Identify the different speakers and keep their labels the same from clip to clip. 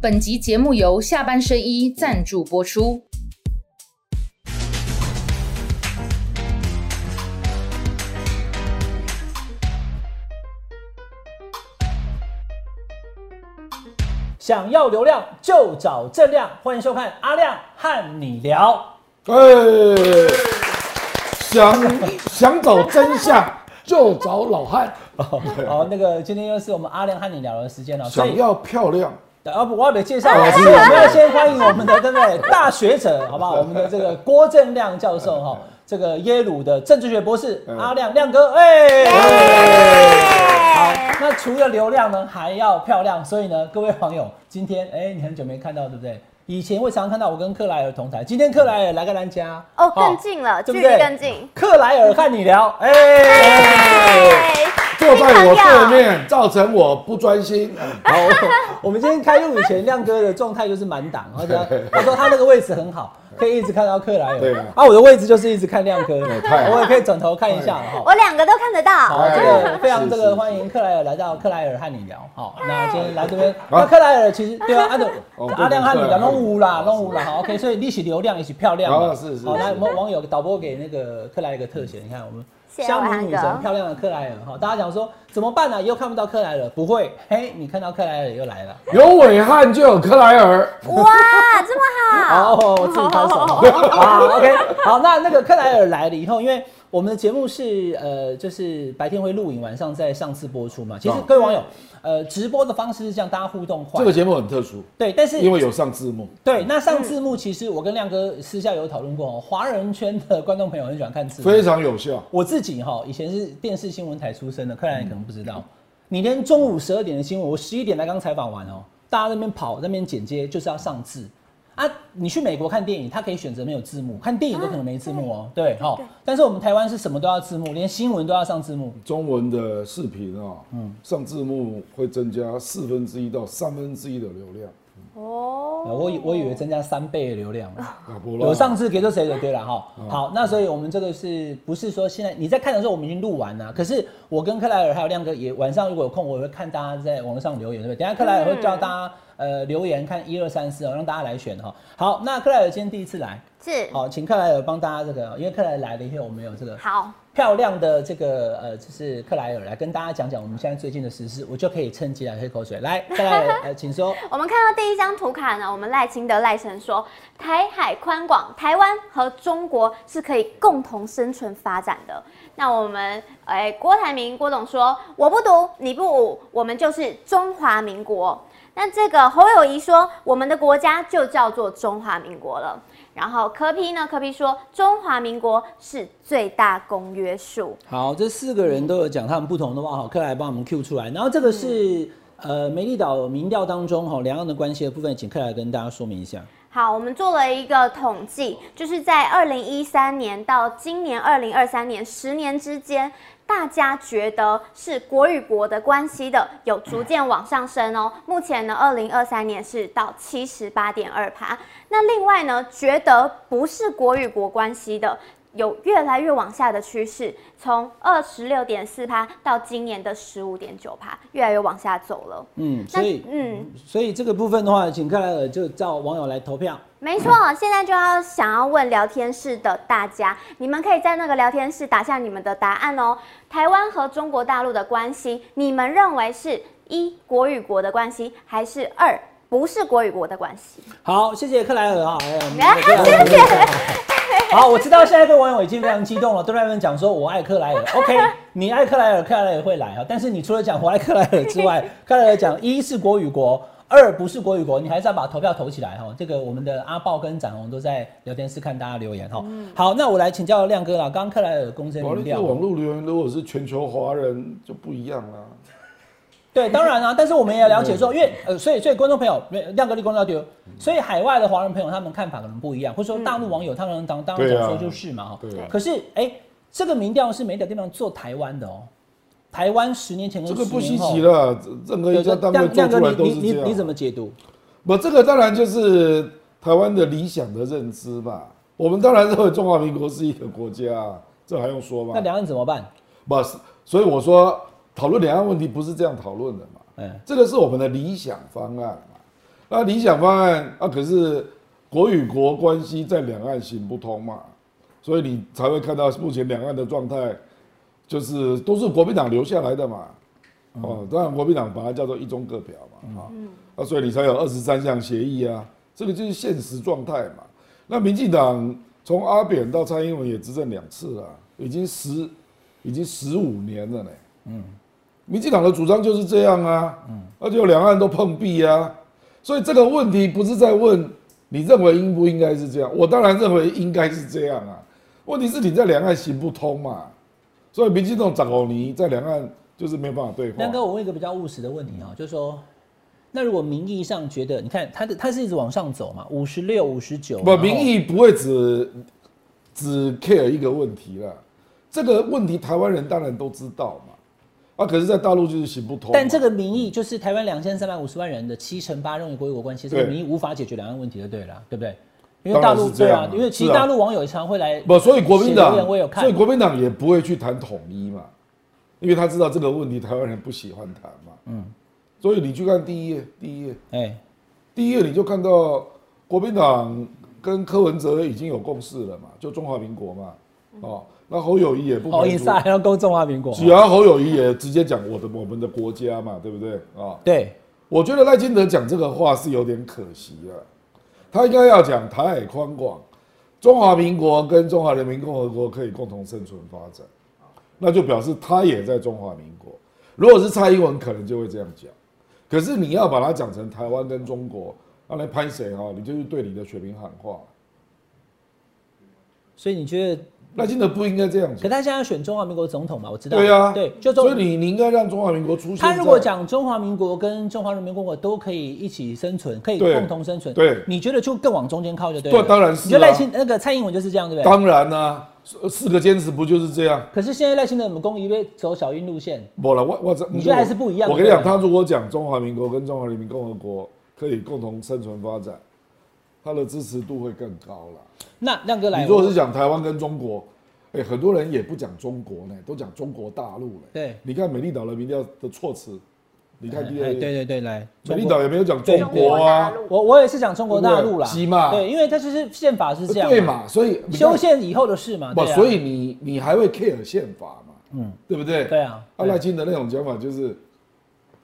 Speaker 1: 本集节目由下半身衣赞助播出。
Speaker 2: 想要流量就找正亮，欢迎收看阿亮和你聊。
Speaker 3: 哎，想想找真相就找老汉，
Speaker 2: 啊好，哦那个今天又是我们阿亮和你聊的时间了，哦所
Speaker 3: 哦想
Speaker 2: 以
Speaker 3: 要漂亮，
Speaker 2: 啊不，我还没介绍老师，我们要先欢迎我们的对不对大学者，好不好？我们的这个郭正亮教授 哈，这个耶鲁的政治学博士
Speaker 3: 嗯
Speaker 2: 阿亮亮哥，
Speaker 3: 哎
Speaker 2: 哎。好，那除了流量呢，还要漂亮，所以呢，各位网友，今天哎，你很久没看到对不对？以前会常看到我跟克莱尔同台，今天克莱尔来个兰家
Speaker 4: 哦，更近了，
Speaker 2: 啊对
Speaker 4: 距
Speaker 2: 不
Speaker 4: 离
Speaker 2: 对
Speaker 4: 更近。
Speaker 2: 克莱尔和你聊，哎、
Speaker 4: 哎
Speaker 3: 坐在我
Speaker 4: 非常
Speaker 3: 对
Speaker 4: 要
Speaker 3: 面，造成我不专心。
Speaker 2: 好，我们今天开录以前，亮哥的状态就是满 档，而且他说他那个位置很好，可以一直看到克莱尔。
Speaker 3: 对啊哎
Speaker 2: 啊，我的位置就是一直看亮哥，
Speaker 3: 太好
Speaker 2: 我也可以转头看一下哈。
Speaker 4: 我两个都看得到。
Speaker 2: 好，这个
Speaker 3: 哎
Speaker 2: 非常这
Speaker 3: 是
Speaker 2: 个
Speaker 3: 是
Speaker 2: 欢迎克莱尔来到克莱尔和你聊。好，那今天来这边，
Speaker 3: 好
Speaker 2: 那克莱尔其实对啊，阿
Speaker 3: 啊哦
Speaker 2: 阿亮和你聊
Speaker 3: 对
Speaker 2: 弄五啦，弄五啦。好，OK，所以一起流量，一起漂亮嘛。
Speaker 3: 好是是
Speaker 2: 好，来
Speaker 3: 是
Speaker 2: 我们网友导播给那个克莱尔一个特写，你看我们。
Speaker 4: 谢谢
Speaker 2: 香
Speaker 4: 伟
Speaker 2: 米
Speaker 4: 汉
Speaker 2: 女
Speaker 4: 哥
Speaker 2: 神漂亮的克莱尔哈，大家讲说怎么办呢、又看不到克莱尔，不会，嘿，你看到克莱尔又来了。
Speaker 3: 有伟汉就有克莱尔，
Speaker 4: 哇，这么好。
Speaker 2: 哦，我自己拍手。 好，OK，好，那那个克莱尔来了以后，因为我们的节目是呃，就是白天会录影，晚上再上次播出嘛。其实
Speaker 3: 哦
Speaker 2: 各位网友，呃，直播的方式是这样，大家互动化。
Speaker 3: 这个节目很特殊，
Speaker 2: 对，但是
Speaker 3: 因为嗯有上字幕。
Speaker 2: 对，那上字幕其实我跟亮哥私下有讨论过哦，华人圈的观众朋友很喜欢看字幕。
Speaker 3: 非常有效，
Speaker 2: 我自己哈，以前是电视新闻台出身的，克莱尔可能不知道，你连中午十二点的新闻，我十一点才刚采访完哦，大家在那边跑，在那边剪接，就是要上字啊。你去美国看电影，他可以选择没有字幕，看电影都可能没字幕哦，对哈。但是我们台湾是什么都要字幕，连新闻都要上字幕。
Speaker 3: 中文的视频啊，
Speaker 2: 嗯
Speaker 3: 上字幕会增加四分之一到三分之一的流量。
Speaker 4: 哦
Speaker 2: 呃我以我以为增加三倍的流量，
Speaker 3: 啊不啦
Speaker 2: 有上次给到谁的对了哈。好，那所以我们这个是不是说现在你在看的时候我们已经录完了？可是我跟克莱尔还有亮哥也晚上如果有空，我会看大家在网络上留言，对不对？等一下克莱尔会叫大家、呃留言看一二三四哦，让大家来选哈。好，那克莱尔今天第一次来，
Speaker 4: 是。
Speaker 2: 好，请克莱尔帮大家这个，因为克莱尔来了以后，我们有这个
Speaker 4: 好，
Speaker 2: 漂亮的这个呃，就是克莱尔来跟大家讲讲我们现在最近的时事，我就可以趁机来喝口水。来，克莱尔，呃，请说。
Speaker 4: 我们看到第一张图卡呢，我们赖清德赖神说，台海宽广，台湾和中国是可以共同生存发展的。那我们哎、郭台铭郭董说，我不独，你不武，我们就是中华民国。那这个侯友谊说，我们的国家就叫做中华民国了。然后柯批呢，柯批说，中华民国是最大公约数。
Speaker 2: 好，这四个人都有讲他们不同的话，好，克莱帮我们 Q 出来。然后这个是、呃美丽岛民调当中哈两岸的关系的部分，请克莱跟大家说明一下。
Speaker 4: 好，我们做了一个统计，就是在二零一三年到今年二零二三年十年之间，大家觉得是国与国的关系的有逐渐往上升哦。目前呢，二零二三年是到七十八点二趴。那另外呢，觉得不是国与国关系的。有越来越往下的趋势，从二十六点四趴到今年的十五点九趴，越来越往下走了。
Speaker 2: 嗯，
Speaker 4: 那
Speaker 2: 所以
Speaker 4: 嗯，
Speaker 2: 所以这个部分的话，请克莱尔就照网友来投票。
Speaker 4: 没错，现在就要想要问聊天室的大家，你们可以在那个聊天室打下你们的答案哦。台湾和中国大陆的关系，你们认为是一国与国的关系，还是二不是国与国的关系？
Speaker 2: 好，谢谢克莱尔哈，哎我们
Speaker 4: 啊
Speaker 2: 克莱尔谢谢。好，我知道现在各位网友已经非常激动了，都在那边讲说我爱克 莱尔。OK，你爱克莱尔，克莱尔会来哈。但是你除了讲我爱克莱尔之 外，克莱尔讲一是国与国，二不是国与国，你还是要把投票投起来哈。这个我们的阿豹跟展宏都在聊天室看大家留言哈。好，那我来请教亮哥啦。刚刚克莱尔公正
Speaker 3: 我
Speaker 2: 民
Speaker 3: 那
Speaker 2: 调
Speaker 3: 个，网络留言，如果是全球华人就不一样了。
Speaker 2: 对，当然 啊，但是我们也了解说，因为呃，所以所以观众朋友，没亮哥立功要丢，所以海外的华人朋友他们看法可能不一样，或者说大陆网友他们当当然
Speaker 3: 对啊
Speaker 2: 讲说就是嘛哈。
Speaker 3: 嗯对啊
Speaker 4: 对
Speaker 2: 可是哎、这个民调是美屌地方做台湾的哦，台湾十年前跟
Speaker 3: 这个不
Speaker 2: 10
Speaker 3: 稀
Speaker 2: 年后
Speaker 3: 奇。了，任何一家单位
Speaker 2: 亮
Speaker 3: 做
Speaker 2: 亮
Speaker 3: 出
Speaker 2: 哥，
Speaker 3: 来都
Speaker 2: 你
Speaker 3: 是
Speaker 2: 你
Speaker 3: 这
Speaker 2: 你
Speaker 3: 样。
Speaker 2: 你怎么解读？
Speaker 3: 我这个当然就是台湾的理想的认知嘛。我们当然认为中华民国是一个国家，啊这还用说吗
Speaker 2: 那？两岸怎么办？
Speaker 3: 不是，所以我说讨论两岸问题不是这样讨论的嘛。
Speaker 2: 嗯，
Speaker 3: 这个是我们的理想方案嘛。那理想方案啊，可是国与国关系在两岸行不通嘛，所以你才会看到目前两岸的状态，就是都是国民党留下来的嘛。哦，当然国民党把它叫做一中各表嘛，啊、啊，所以你才有二十三项协议啊，这个就是现实状态嘛。那民进党从阿扁到蔡英文也执政两次了，已经十已经十五年了呢。嗯，民进党的主张就是这样啊，嗯，而且两岸都碰壁啊，所以这个问题不是在问你认为应不应该是这样，我当然认为应该是这样啊。问题是你在两岸行不通嘛，所以民进党掌欧尼在两岸就是没有办法对话。
Speaker 2: 亮哥，我问一个比较务实的问题啊、就是说，那如果民意上觉得，你看他的他是一直往上走嘛，五十六、五十九，
Speaker 3: 不，民意不会只只 care 一个问题啦，这个问题台湾人当然都知道嘛，啊，可是，在大陆就是行不通嘛。啊
Speaker 2: 但这个民意就是台湾两千三百五十万人的七成八认为国与国关系，这个
Speaker 3: 对
Speaker 2: 民意无法解决两岸问题的，对啦，对不对？因为
Speaker 3: 当然
Speaker 2: 大
Speaker 3: 是
Speaker 2: 陆
Speaker 3: 这
Speaker 2: 对
Speaker 3: 样
Speaker 2: 啊
Speaker 3: 啊，
Speaker 2: 因为其实
Speaker 3: 是啊
Speaker 2: 大陆网友也常会来
Speaker 3: 不，所以国民党
Speaker 2: 写留言我有，看
Speaker 3: 所以国民党也不会去谈统一嘛，因为他知道这个问题台湾人不喜欢谈嘛。嗯，所以你去看第一页，第一页，
Speaker 2: 哎，
Speaker 3: 第一页你就看到国民党跟柯文哲已经有共识了嘛，就中华民国嘛。哦，那侯友谊也不
Speaker 2: 好
Speaker 3: 满
Speaker 2: 意
Speaker 3: 足
Speaker 2: 思啊，还要攻中华民国，
Speaker 3: 只要侯友谊也直接讲我的我们的国家嘛，对不对啊？
Speaker 2: 对，
Speaker 3: 我觉得赖清德讲这个话是有点可惜了，他应该要讲台海宽广，中华民国跟中华人民共和国可以共同生存发展，那就表示他也在中华民国。如果是蔡英文，可能就会这样讲。可是你要把它讲成台湾跟中国，那来拍谁哈？你就是对你的选民喊话。
Speaker 2: 所以你觉得，
Speaker 3: 赖清德不应该这样
Speaker 2: 可
Speaker 3: 讲，
Speaker 2: 他现在要选中华民国总统嘛？我知道，
Speaker 3: 对呀、
Speaker 2: 对，就
Speaker 3: 所以
Speaker 2: 中。
Speaker 3: 你你应该让中华民国出现在。
Speaker 2: 他如果讲中华民国跟中华人民共和国都可以一起生存，可以
Speaker 3: 对
Speaker 2: 共同生存，
Speaker 3: 对
Speaker 2: 你觉得就更往中间靠就对了。
Speaker 3: 对当然是啊
Speaker 2: 你觉得赖清那个蔡英文就是这样，对不对？
Speaker 3: 当然啦、四四个坚持不就是这样？
Speaker 2: 可是现在赖清德我们公一被走小英路线，
Speaker 3: 不了，我我这
Speaker 2: 你觉得还是不一样
Speaker 3: 我跟你讲，
Speaker 2: 对
Speaker 3: 他如果讲中华民国跟中华人民共和国可以共同生存发展，他的支持度会更高了。
Speaker 2: 那亮哥来，
Speaker 3: 你如果是讲台湾跟中国，哎、很多人也不讲中国呢，都讲中国大陆呢。
Speaker 2: 对
Speaker 3: 你看美丽岛的民调的措辞，你看第
Speaker 2: 哎
Speaker 3: 二
Speaker 2: 哎
Speaker 3: 页，
Speaker 2: 对对对，来，
Speaker 3: 美丽
Speaker 2: 中
Speaker 3: 岛
Speaker 2: 国
Speaker 3: 也没有讲
Speaker 2: 对
Speaker 3: 中
Speaker 4: 中
Speaker 3: 国
Speaker 4: 国大
Speaker 3: 啊，
Speaker 4: 陆。
Speaker 2: 我我也是讲中国大陆啦，
Speaker 3: 对不对是嘛
Speaker 2: 对，因为它就是宪法是这样嘛，
Speaker 3: 对嘛？所以你看
Speaker 2: 修宪以后的事嘛，
Speaker 3: 不，
Speaker 2: 对啊，
Speaker 3: 所以你你还会 care 宪法嘛？嗯，对不对？
Speaker 2: 对啊
Speaker 3: 啊
Speaker 2: 对
Speaker 3: 赖清德那种讲法就是，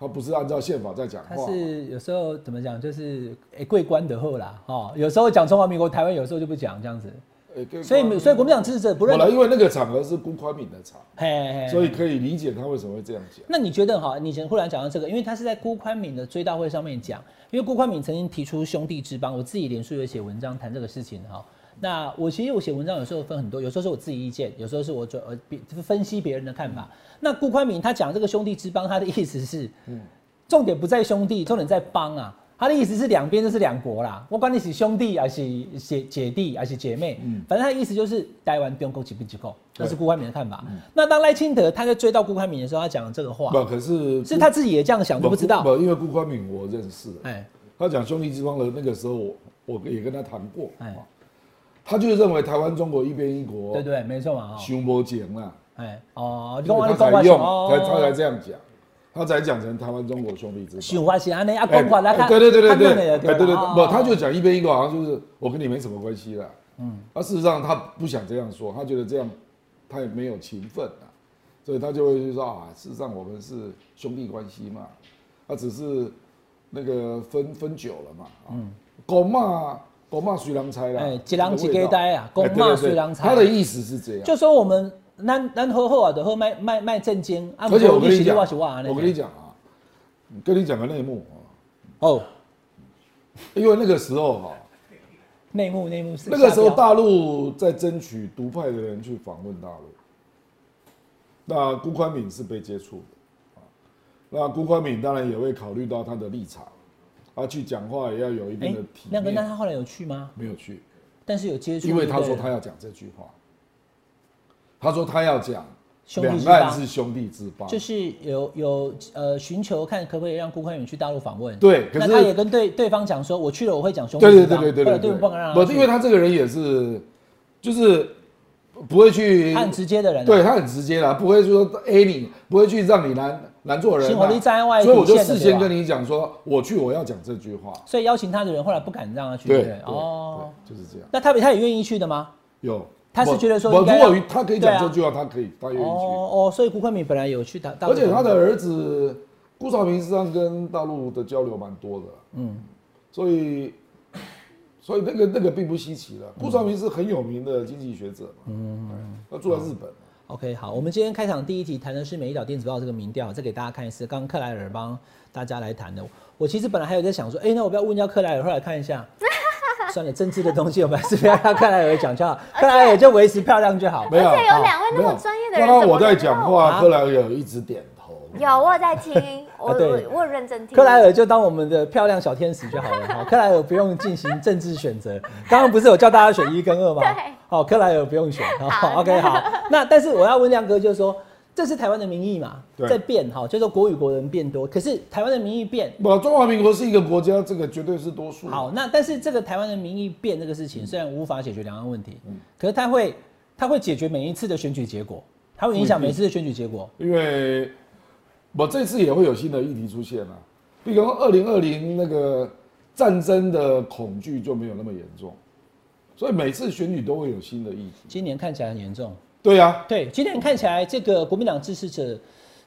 Speaker 3: 他不是按照宪法在讲
Speaker 2: 啊他
Speaker 3: 话嘛，
Speaker 2: 是有时候怎么讲，就是哎贵官的后啦，哦，有时候讲中华民国台湾，有时候就不讲这样子，
Speaker 3: 哎跟
Speaker 2: 所以所以国民党支持者不认
Speaker 3: 好了，因为那个场合是辜宽敏的场，
Speaker 2: 嘿嘿嘿
Speaker 3: 所以可以理解他为什么会这样讲。
Speaker 2: 那你觉得哈？你以前忽然讲到这个，因为他是在辜宽敏的追悼会上面讲，因为辜宽敏曾经提出兄弟之邦，我自己脸书有写文章谈这个事情哈。那我其实我写文章有时候分很多，有时候是我自己意见，有时候是我转呃别分析别人的看法。那辜宽敏他讲这个兄弟之邦，他的意思是，重点不在兄弟，重点在帮啊。他的意思是两边就是两国啦，我管你是兄弟还是姐姐弟还是姐妹，反正他的意思就是台湾不用勾起不机构，这是
Speaker 3: 对
Speaker 2: 辜宽敏的看法。那当赖清德他在追到辜宽敏的时候，他讲了这个话，
Speaker 3: 不，可是
Speaker 2: 是他自己也这样想，我不知道。
Speaker 3: 不，因为辜宽敏我认识，
Speaker 2: 哎，
Speaker 3: 他讲兄弟之邦的那个时候，我我也跟他谈过
Speaker 2: 哎，
Speaker 3: 他就认为台湾中国一边一国，
Speaker 2: 对对，没错嘛，哦，
Speaker 3: 熊魔简啦，
Speaker 2: 哎，哦，你
Speaker 3: 所
Speaker 2: 讲
Speaker 3: 以
Speaker 2: 话
Speaker 3: 他
Speaker 2: 你讲话
Speaker 3: 才
Speaker 2: 是
Speaker 3: 用，才他才
Speaker 2: 哦，
Speaker 3: 这样讲，他才讲成台湾中国兄弟之邦。
Speaker 2: 想法是安尼啊，
Speaker 3: 哎
Speaker 2: 讲法来
Speaker 3: 哎
Speaker 2: 看，
Speaker 3: 对对对对
Speaker 2: 看
Speaker 3: 对
Speaker 2: 论，
Speaker 3: 哎
Speaker 2: 的就
Speaker 3: 对对对，
Speaker 2: 了哦
Speaker 3: 不，他就讲一边一个，好像就是我跟你没什么关系啦。嗯，啊，事实上他不想这样说，他觉得这样他也没有情分啊，所以他就会说啊，事实上我们是兄弟关系嘛，他只是那个分分久了嘛。嗯，狗骂狗骂谁人猜啦？
Speaker 2: 哎
Speaker 3: 这个
Speaker 2: 一人一
Speaker 3: 味道
Speaker 2: 家呆啊
Speaker 3: 哎对对对
Speaker 2: 公骂随人猜
Speaker 3: 他的意思是这样。
Speaker 2: 就说我们咱咱好好啊，就好卖卖卖正经，啊
Speaker 3: 而且我跟你
Speaker 2: 不过你
Speaker 3: 讲，
Speaker 2: 是我是
Speaker 3: 我跟你，讲啊，跟你讲个内幕啊，
Speaker 2: 哦，
Speaker 3: 因为那个时候啊哈、
Speaker 2: 内幕内幕是
Speaker 3: 那个时候
Speaker 2: 下标
Speaker 3: 大陆在争取独派的人去访问大陆，那辜宽敏是被接触的，啊，那辜宽敏当然也会考虑到他的立场，啊，去讲话也要有一定
Speaker 2: 哎
Speaker 3: 的体，
Speaker 2: 亮哥，那
Speaker 3: 面，
Speaker 2: 他后来有去吗？
Speaker 3: 没有去，
Speaker 2: 但是有接触，
Speaker 3: 因为他
Speaker 2: 对
Speaker 3: 说
Speaker 2: 不对
Speaker 3: 他要讲这句话，他说他要讲
Speaker 2: 兄弟
Speaker 3: 两
Speaker 2: 之
Speaker 3: 岸
Speaker 2: 邦
Speaker 3: 是兄弟之邦，
Speaker 2: 就是有有呃寻求看可不可以让辜宽敏去大陆访问，
Speaker 3: 对可
Speaker 2: 那
Speaker 3: 是
Speaker 2: 他也跟对对方讲说，我去了我会讲兄弟之
Speaker 3: 对对对
Speaker 2: 邦，
Speaker 3: 对对
Speaker 2: 后来对
Speaker 3: 对
Speaker 2: 方不敢让
Speaker 3: 不
Speaker 2: 他
Speaker 3: 是因为
Speaker 2: 去，
Speaker 3: 他这个人也是，就是不会去
Speaker 2: 他很直接的人啊，
Speaker 3: 对他很直接啦，不会说 A 你，不会去让你难难做人、
Speaker 2: 新闻力在外
Speaker 3: 所以我就
Speaker 2: 底线的
Speaker 3: 事先
Speaker 2: 对吧
Speaker 3: 跟你讲说，我去我要讲这句话。
Speaker 2: 所以邀请他的人后来不敢让他去，
Speaker 3: 对
Speaker 2: 不
Speaker 3: 对
Speaker 2: 哦，
Speaker 3: 对，就是这样。
Speaker 2: 那他他也愿意去的吗？
Speaker 3: 有，
Speaker 2: 他是
Speaker 3: 我
Speaker 2: 觉得说
Speaker 3: 我
Speaker 2: 应
Speaker 3: 如
Speaker 2: 该
Speaker 3: 果
Speaker 2: 要
Speaker 3: 他可以
Speaker 2: 对
Speaker 3: 讲
Speaker 2: 啊
Speaker 3: 这句话，他可以，他愿意去。
Speaker 2: 哦哦，所以胡坤敏本来有去大，大陆
Speaker 3: 而且他的儿子顾少平实际上跟大陆的交流蛮多的，嗯，所以所以那个那个并不稀奇了。顾少平是很有名的经济学者嘛，嗯，他住在日本，
Speaker 2: OK，好，我们今天开场第一题谈的是美丽岛电子报这个民调，再给大家看一次，刚刚克莱尔帮大家来谈的。我其实本来还有在想说，哎、那我不要问一下克莱尔，后来看一下，算了，政治的东西我们还是不要让克莱尔讲就好，克莱尔就维持漂亮就好。
Speaker 3: 没有。
Speaker 4: 而且有
Speaker 3: 啊
Speaker 4: 两位那
Speaker 3: 没
Speaker 4: 么
Speaker 3: 有
Speaker 4: 专业的人，
Speaker 3: 刚刚
Speaker 4: 怎么
Speaker 3: 我在
Speaker 4: 知道
Speaker 3: 讲话，
Speaker 2: 啊
Speaker 3: 克莱尔有一直点头。
Speaker 4: 有我有在听，我
Speaker 2: 啊对
Speaker 4: 我我有认真听。
Speaker 2: 克莱尔就当我们的漂亮小天使就好了哈，克莱尔不用进行政治选择。刚刚不是有叫大家选一跟二吗？
Speaker 4: 对
Speaker 2: 好，克莱尔不用选。好，OK，好。那但是我要问亮哥，就是说这是台湾的民意嘛，
Speaker 3: 对
Speaker 2: 在变哈，就是说国与国人变多，可是台湾的民意变
Speaker 3: 不，中华民国是一个国家，这个绝对是多数。
Speaker 2: 好，，那但是这个台湾的民意变这个事情，虽然无法解决两岸问题，可是它会它会解决每一次的选举结果，它会影响
Speaker 3: 不一定
Speaker 2: 每次的选举结果。
Speaker 3: 因为我这次也会有新的议题出现啊，比如二零二零那个战争的恐惧就没有那么严重，所以每次选举都会有新的议题。
Speaker 2: 今年看起来很严重，
Speaker 3: 对啊，
Speaker 2: 对，今年看起来这个国民党支持者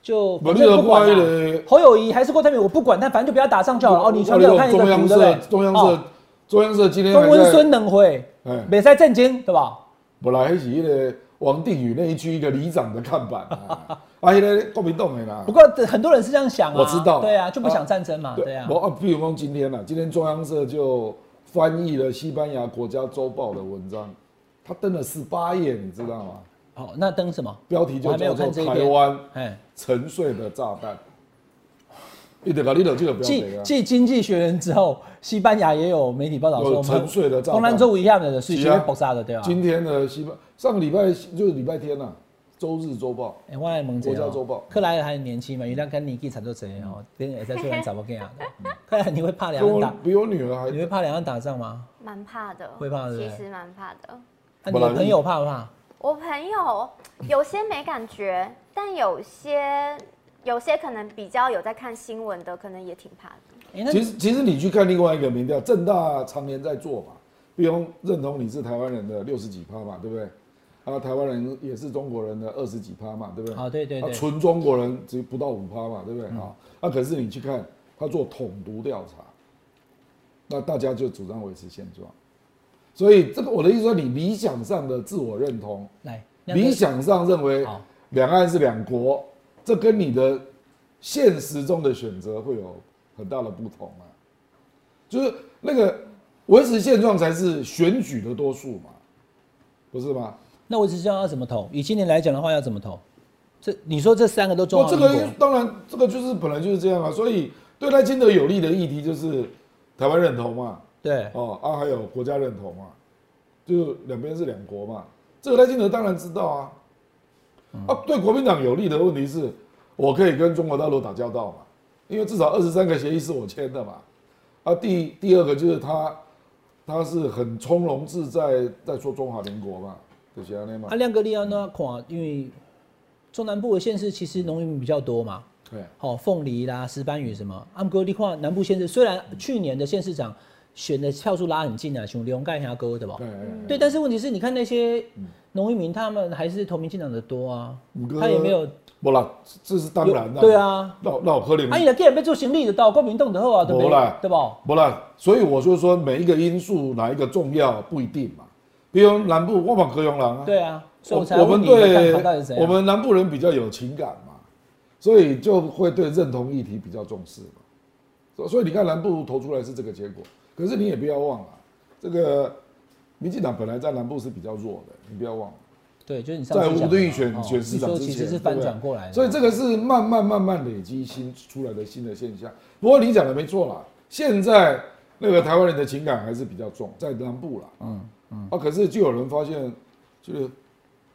Speaker 2: 就
Speaker 3: 不
Speaker 2: 反正不管
Speaker 3: 那
Speaker 2: 了、
Speaker 3: 个乖嘞
Speaker 2: 侯友谊还是郭台铭，我不管，但反正就不要打仗就好了。哦，你
Speaker 3: 我
Speaker 2: 传给我
Speaker 3: 那
Speaker 2: 看
Speaker 3: 个
Speaker 2: 一个
Speaker 3: 中央
Speaker 2: 图，对
Speaker 3: 社
Speaker 2: 不对？
Speaker 3: 中央社
Speaker 2: 哦
Speaker 3: 中央社今天
Speaker 2: 跟
Speaker 3: 还
Speaker 2: 温
Speaker 3: 在，
Speaker 2: 孙能会，
Speaker 3: 哎，
Speaker 2: 美赛震惊，对吧？
Speaker 3: 本来是那个王定宇那一区一个里长的看板 啊，啊，那个国民党的啦
Speaker 2: 不。过很多人是这样想啊，
Speaker 3: 我知道
Speaker 2: 对啊，就不
Speaker 3: 啊
Speaker 2: 想战争嘛，对啊
Speaker 3: 我，啊，比如说今天啊，今天中央社就翻译了西班牙国家周报的文章，他登了十八页，你知道吗？
Speaker 2: 好，哦那登什么？
Speaker 3: 标题
Speaker 2: 我
Speaker 3: 就
Speaker 2: 还没
Speaker 3: 叫
Speaker 2: 有
Speaker 3: 做
Speaker 2: 看这
Speaker 3: “
Speaker 2: 一
Speaker 3: 台
Speaker 2: 篇
Speaker 3: 湾
Speaker 2: 哎。
Speaker 3: 沉睡的炸弹”。你得搞，你得这个标
Speaker 2: 继
Speaker 3: 题啊！
Speaker 2: 继《经济学人》之后，西班牙也有媒体报道说，
Speaker 3: 有
Speaker 2: 我们
Speaker 3: 沉睡的炸弹
Speaker 2: 红蓝州一样的事情
Speaker 3: 是啊
Speaker 2: 被爆炸的，对吧？
Speaker 3: 今天的西班上个礼拜就是礼拜天呐、啊，周日周报，
Speaker 2: 哎，我爱蒙
Speaker 3: 国家周报
Speaker 2: 克莱尔还很年轻嘛，原来跟尼基产作谁 哦，跟也在突然找不跟啊。克莱尔，你会怕
Speaker 3: 比
Speaker 2: 两岸
Speaker 3: 我
Speaker 2: 打？
Speaker 3: 比 我女儿还
Speaker 2: 你会怕两岸打仗吗？
Speaker 4: 蛮怕的，
Speaker 2: 会怕对不对
Speaker 4: 其实蛮怕的。
Speaker 2: 那你
Speaker 3: 本
Speaker 2: 的
Speaker 3: 来
Speaker 2: 朋友怕不怕？
Speaker 4: 我朋友有些没感觉，但有些有些可能比较有在看新闻的，可能也挺怕的。
Speaker 2: 哎，那
Speaker 3: 其实其实你去看另外一个民调，正大常年在做嘛，不用认同你是台湾人的六十几趴嘛，对不对？啊，台湾人也是中国人的二十几趴嘛，对不对？
Speaker 2: 哦对对对嗯
Speaker 3: 啊纯中国人只不到五趴嘛，对不对？啊、啊，可是你去看他做统独调查，那大家就主张维持现状，所以这个我的意思说，你理想上的自我认同，
Speaker 2: 来，亮哥
Speaker 3: 理想上认为
Speaker 2: 好
Speaker 3: 两岸是两国，这跟你的现实中的选择会有很大的不同啊。就是那个维持现状才是选举的多数嘛，不是吗？
Speaker 2: 那我只是要怎么投？以今年来讲的话，要怎么投？这你说这三个都中
Speaker 3: 那
Speaker 2: 华
Speaker 3: 这
Speaker 2: 民
Speaker 3: 个
Speaker 2: 国，
Speaker 3: 当然，这个就是本来就是这样啊。所以对赖清德有利的议题就是台湾认同嘛，
Speaker 2: 对，
Speaker 3: 哦啊，还有国家认同嘛，就两边是两国嘛。这个赖清德当然知道啊。啊，对国民党有利的问题是，我可以跟中国大陆打交道嘛，因为至少二十三个协议是我签的嘛。啊，第第二个就是他，他是很从容自在在说中华民国嘛，就是安尼嘛
Speaker 2: 啊，。亮哥利安呢？看，因为中南部的县市其实农渔民比较多嘛，
Speaker 3: 对，
Speaker 2: 好、凤梨啦、石斑鱼什么。阿姆哥，你看南部县市，虽然去年的县市长选的票数拉很近啊，像龙盖峡沟对吧？
Speaker 3: 对，对
Speaker 2: 对，但是问题是，你看那些农渔民，他们还是投民进党的多啊
Speaker 3: 嗯五，哥
Speaker 2: 他也没有。
Speaker 3: 不啦，这是当然的。
Speaker 2: 对，啊，
Speaker 3: 那那我可能
Speaker 2: 啊，你若既然要做行李就到国民党就好啊，对不
Speaker 3: 没啦
Speaker 2: 对？对吧？
Speaker 3: 不啦，所以我就说每一个因素哪一个重要不一定嘛。比如南部，我们高雄人啊，
Speaker 2: 对啊，所以我才
Speaker 3: 我
Speaker 2: 问
Speaker 3: 们
Speaker 2: 你的看法到底是啊怎
Speaker 3: 对我
Speaker 2: 样。
Speaker 3: 们南部人比较有情感嘛，所以就会对认同议题比较重视嘛。所所以你看南部投出来是这个结果，可是你也不要忘了，啊这个民进党本来在南部是比较弱的，你不要忘了。
Speaker 2: 对，就是你上
Speaker 3: 在
Speaker 2: 次
Speaker 3: 吴
Speaker 2: 讲
Speaker 3: 敦
Speaker 2: 的
Speaker 3: 义
Speaker 2: 嘛
Speaker 3: 选
Speaker 2: 哦
Speaker 3: 选市
Speaker 2: 你
Speaker 3: 长
Speaker 2: 说
Speaker 3: 之
Speaker 2: 其
Speaker 3: 前，
Speaker 2: 实是
Speaker 3: 对
Speaker 2: 反
Speaker 3: 不对
Speaker 2: 转过来的，
Speaker 3: 所以这个是慢慢慢慢累积新出来的新的现象。不过你讲的没错啦，现在那个台湾人的情感还是比较重，在南部啦，嗯嗯，啊，可是就有人发现，就是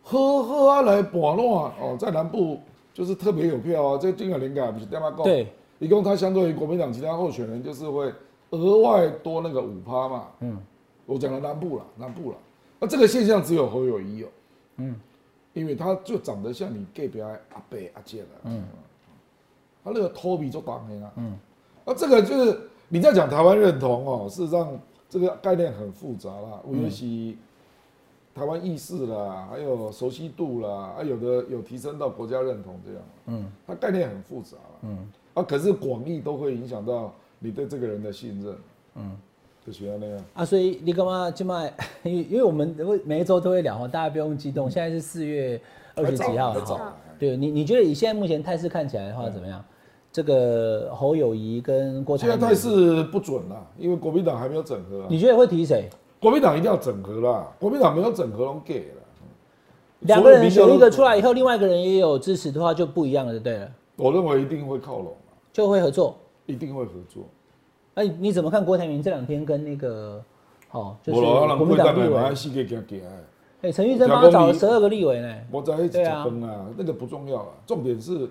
Speaker 3: 呵呵啊来博乱哦，在南部就是特别有票啊，这金港灵感不是他妈高，
Speaker 2: 对，
Speaker 3: 一共他相对于国民党其他候选人就是会额外多那个五趴嘛，嗯，我讲的南部啦，南部啦，那、这个现象只有侯友谊有。哦因为他就长得像你 gay 表阿伯阿姐了，嗯，他那个托比就打没了。嗯，那这个就是你在讲台湾认同哦，事实上这个概念很复杂啦，尤其台湾意识啦，还有熟悉度啦，啊，有的有提升到国家认同这样。嗯，它概念很复杂啦。嗯，啊，可是广义都会影响到你对这个人的信任。嗯，就喜欢那样。
Speaker 2: 啊，所以你干嘛今麦？因为因为我们会每一周都会聊哦哈，大家不用激动。现在是四月二十几号
Speaker 3: 嗯还
Speaker 2: 了
Speaker 3: 早嗯
Speaker 2: 哈。对你，你觉得以现在目前态势看起来的话，怎么样？这个侯友谊跟郭台
Speaker 3: 现在
Speaker 2: 铭，
Speaker 3: 态势不准啦，因为国民党还没有整合啊。
Speaker 2: 你觉得会提谁？
Speaker 3: 国民党一定要整合啦，国民党没有整合拢给了。
Speaker 2: 两个人
Speaker 3: 所
Speaker 2: 有
Speaker 3: 民
Speaker 2: 一
Speaker 3: 调
Speaker 2: 个
Speaker 3: 都
Speaker 2: 出来以后，另外一个人也有支持的话，就不一样了，就对了，
Speaker 3: 我认为一定会靠拢啊，
Speaker 2: 就会合作。
Speaker 3: 一定会合作。
Speaker 2: 那你你怎么看郭台铭这两天跟那个，哦，就是
Speaker 3: 我老人
Speaker 2: 国民
Speaker 3: 贵
Speaker 2: 党
Speaker 3: 党
Speaker 2: 立
Speaker 3: 来
Speaker 2: 委
Speaker 3: 马，来西亚行行的，
Speaker 2: 哎，陈玉珍帮他找了十二个立委呢。
Speaker 3: 我在一起
Speaker 2: 对
Speaker 3: 吃
Speaker 2: 啊
Speaker 3: 饭啊，那个不重要啊，重点是，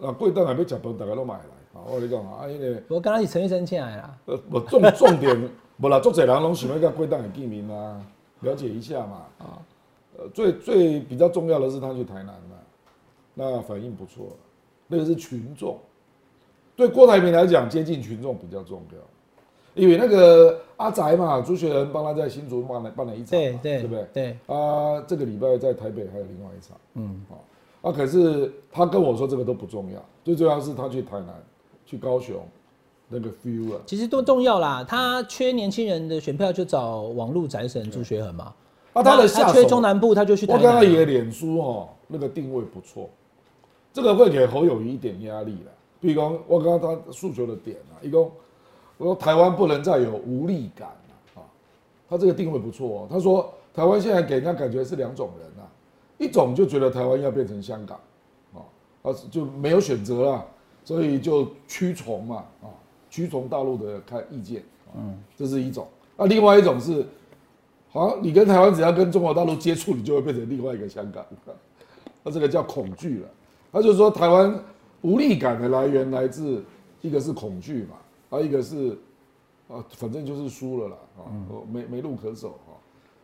Speaker 3: 那贵党还没吃饭，大家都买来。啊，我跟你讲啊，因为
Speaker 2: 我刚刚是陈玉珍进来啦，
Speaker 3: 呃，我重重点， 不啦，做侪人拢想要跟贵党的见面啊，了解一下嘛。啊，呃，最最比较重要的是他去台南了、那反应不错，那个是群众。对郭台铭来讲，接近群众比较重要，因为那个阿宅嘛，朱学仁帮他在新竹办了办了一场
Speaker 2: 对
Speaker 3: 嘛，
Speaker 2: 对
Speaker 3: 不对？
Speaker 2: 对，
Speaker 3: 啊，这个礼拜在台北还有另外一场，嗯，好、啊，可是他跟我说这个都不重要，最重要是他去台南、去高雄那个 feel 啊，
Speaker 2: 其实都重要啦。他缺年轻人的选票，就找网路宅神朱学恒嘛。
Speaker 3: 啊，他的下
Speaker 2: 他
Speaker 3: 手
Speaker 2: 缺，中南部，他就去台
Speaker 3: 我
Speaker 2: 南。啊
Speaker 3: 刚刚也脸书哦，那个定位不错，这个会给侯友谊一点压力了。比如讲，我刚刚他诉求的点啊，一共我说台湾不能再有无力感了啊，他这个定位不错、哦。他说台湾现在给人家感觉是两种人啊，一种就觉得台湾要变成香港，啊，就没有选择了，所以就屈从嘛，啊，屈从大陆的看意见，嗯，这是一种。那、另外一种是，好像你跟台湾只要跟中国大陆接触，你就会变成另外一个香港， 那这个叫恐惧了。他就说台湾无力感的来源来自一个是恐惧嘛，还有一个是啊，反正就是输了啦，啊，没没路可走啊。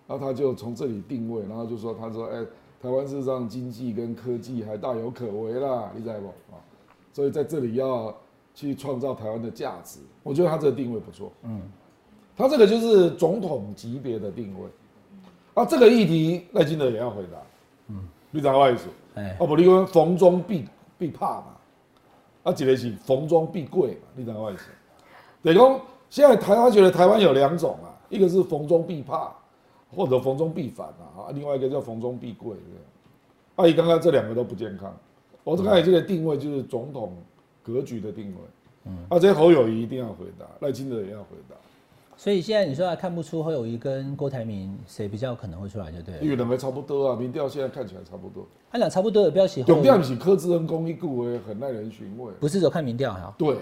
Speaker 3: 然后他就从这里定位，然后就说，他说，哎、台湾事实上经济跟科技还大有可为啦，你知道不？啊，所以在这里要去创造台湾的价值，我觉得他这个定位不错，嗯，他这个就是总统级别的定位，啊，这个议题赖清德也要回答，嗯，你知道我意思？
Speaker 2: 哎
Speaker 3: 啊，不，你讲逢中必必怕嘛，啊，一个是逢中必贵嘛，你知道我意思？等于讲，现在台湾觉得台湾有两种啊，一个是逢中必怕，或者逢中必反啊，啊，另外一个叫逢中必贵这样。阿姨啊刚刚这两个都不健康，我刚才这个定位就是总统格局的定位，嗯，啊，这些侯友谊一定要回答，赖清德也要回答，
Speaker 2: 所以现在你说还看不出侯友谊跟郭台铭谁比较可能会出来，就对哦
Speaker 3: 因
Speaker 2: 了。
Speaker 3: 为两个差不多啊，民调现在看起来差不多。
Speaker 2: 他俩差不多有标喜侯
Speaker 3: 重
Speaker 2: 友
Speaker 3: 点
Speaker 2: 宜，
Speaker 3: 是柯志恩公益故为很耐人寻味，
Speaker 2: 不是只有看民调哈。
Speaker 3: 对，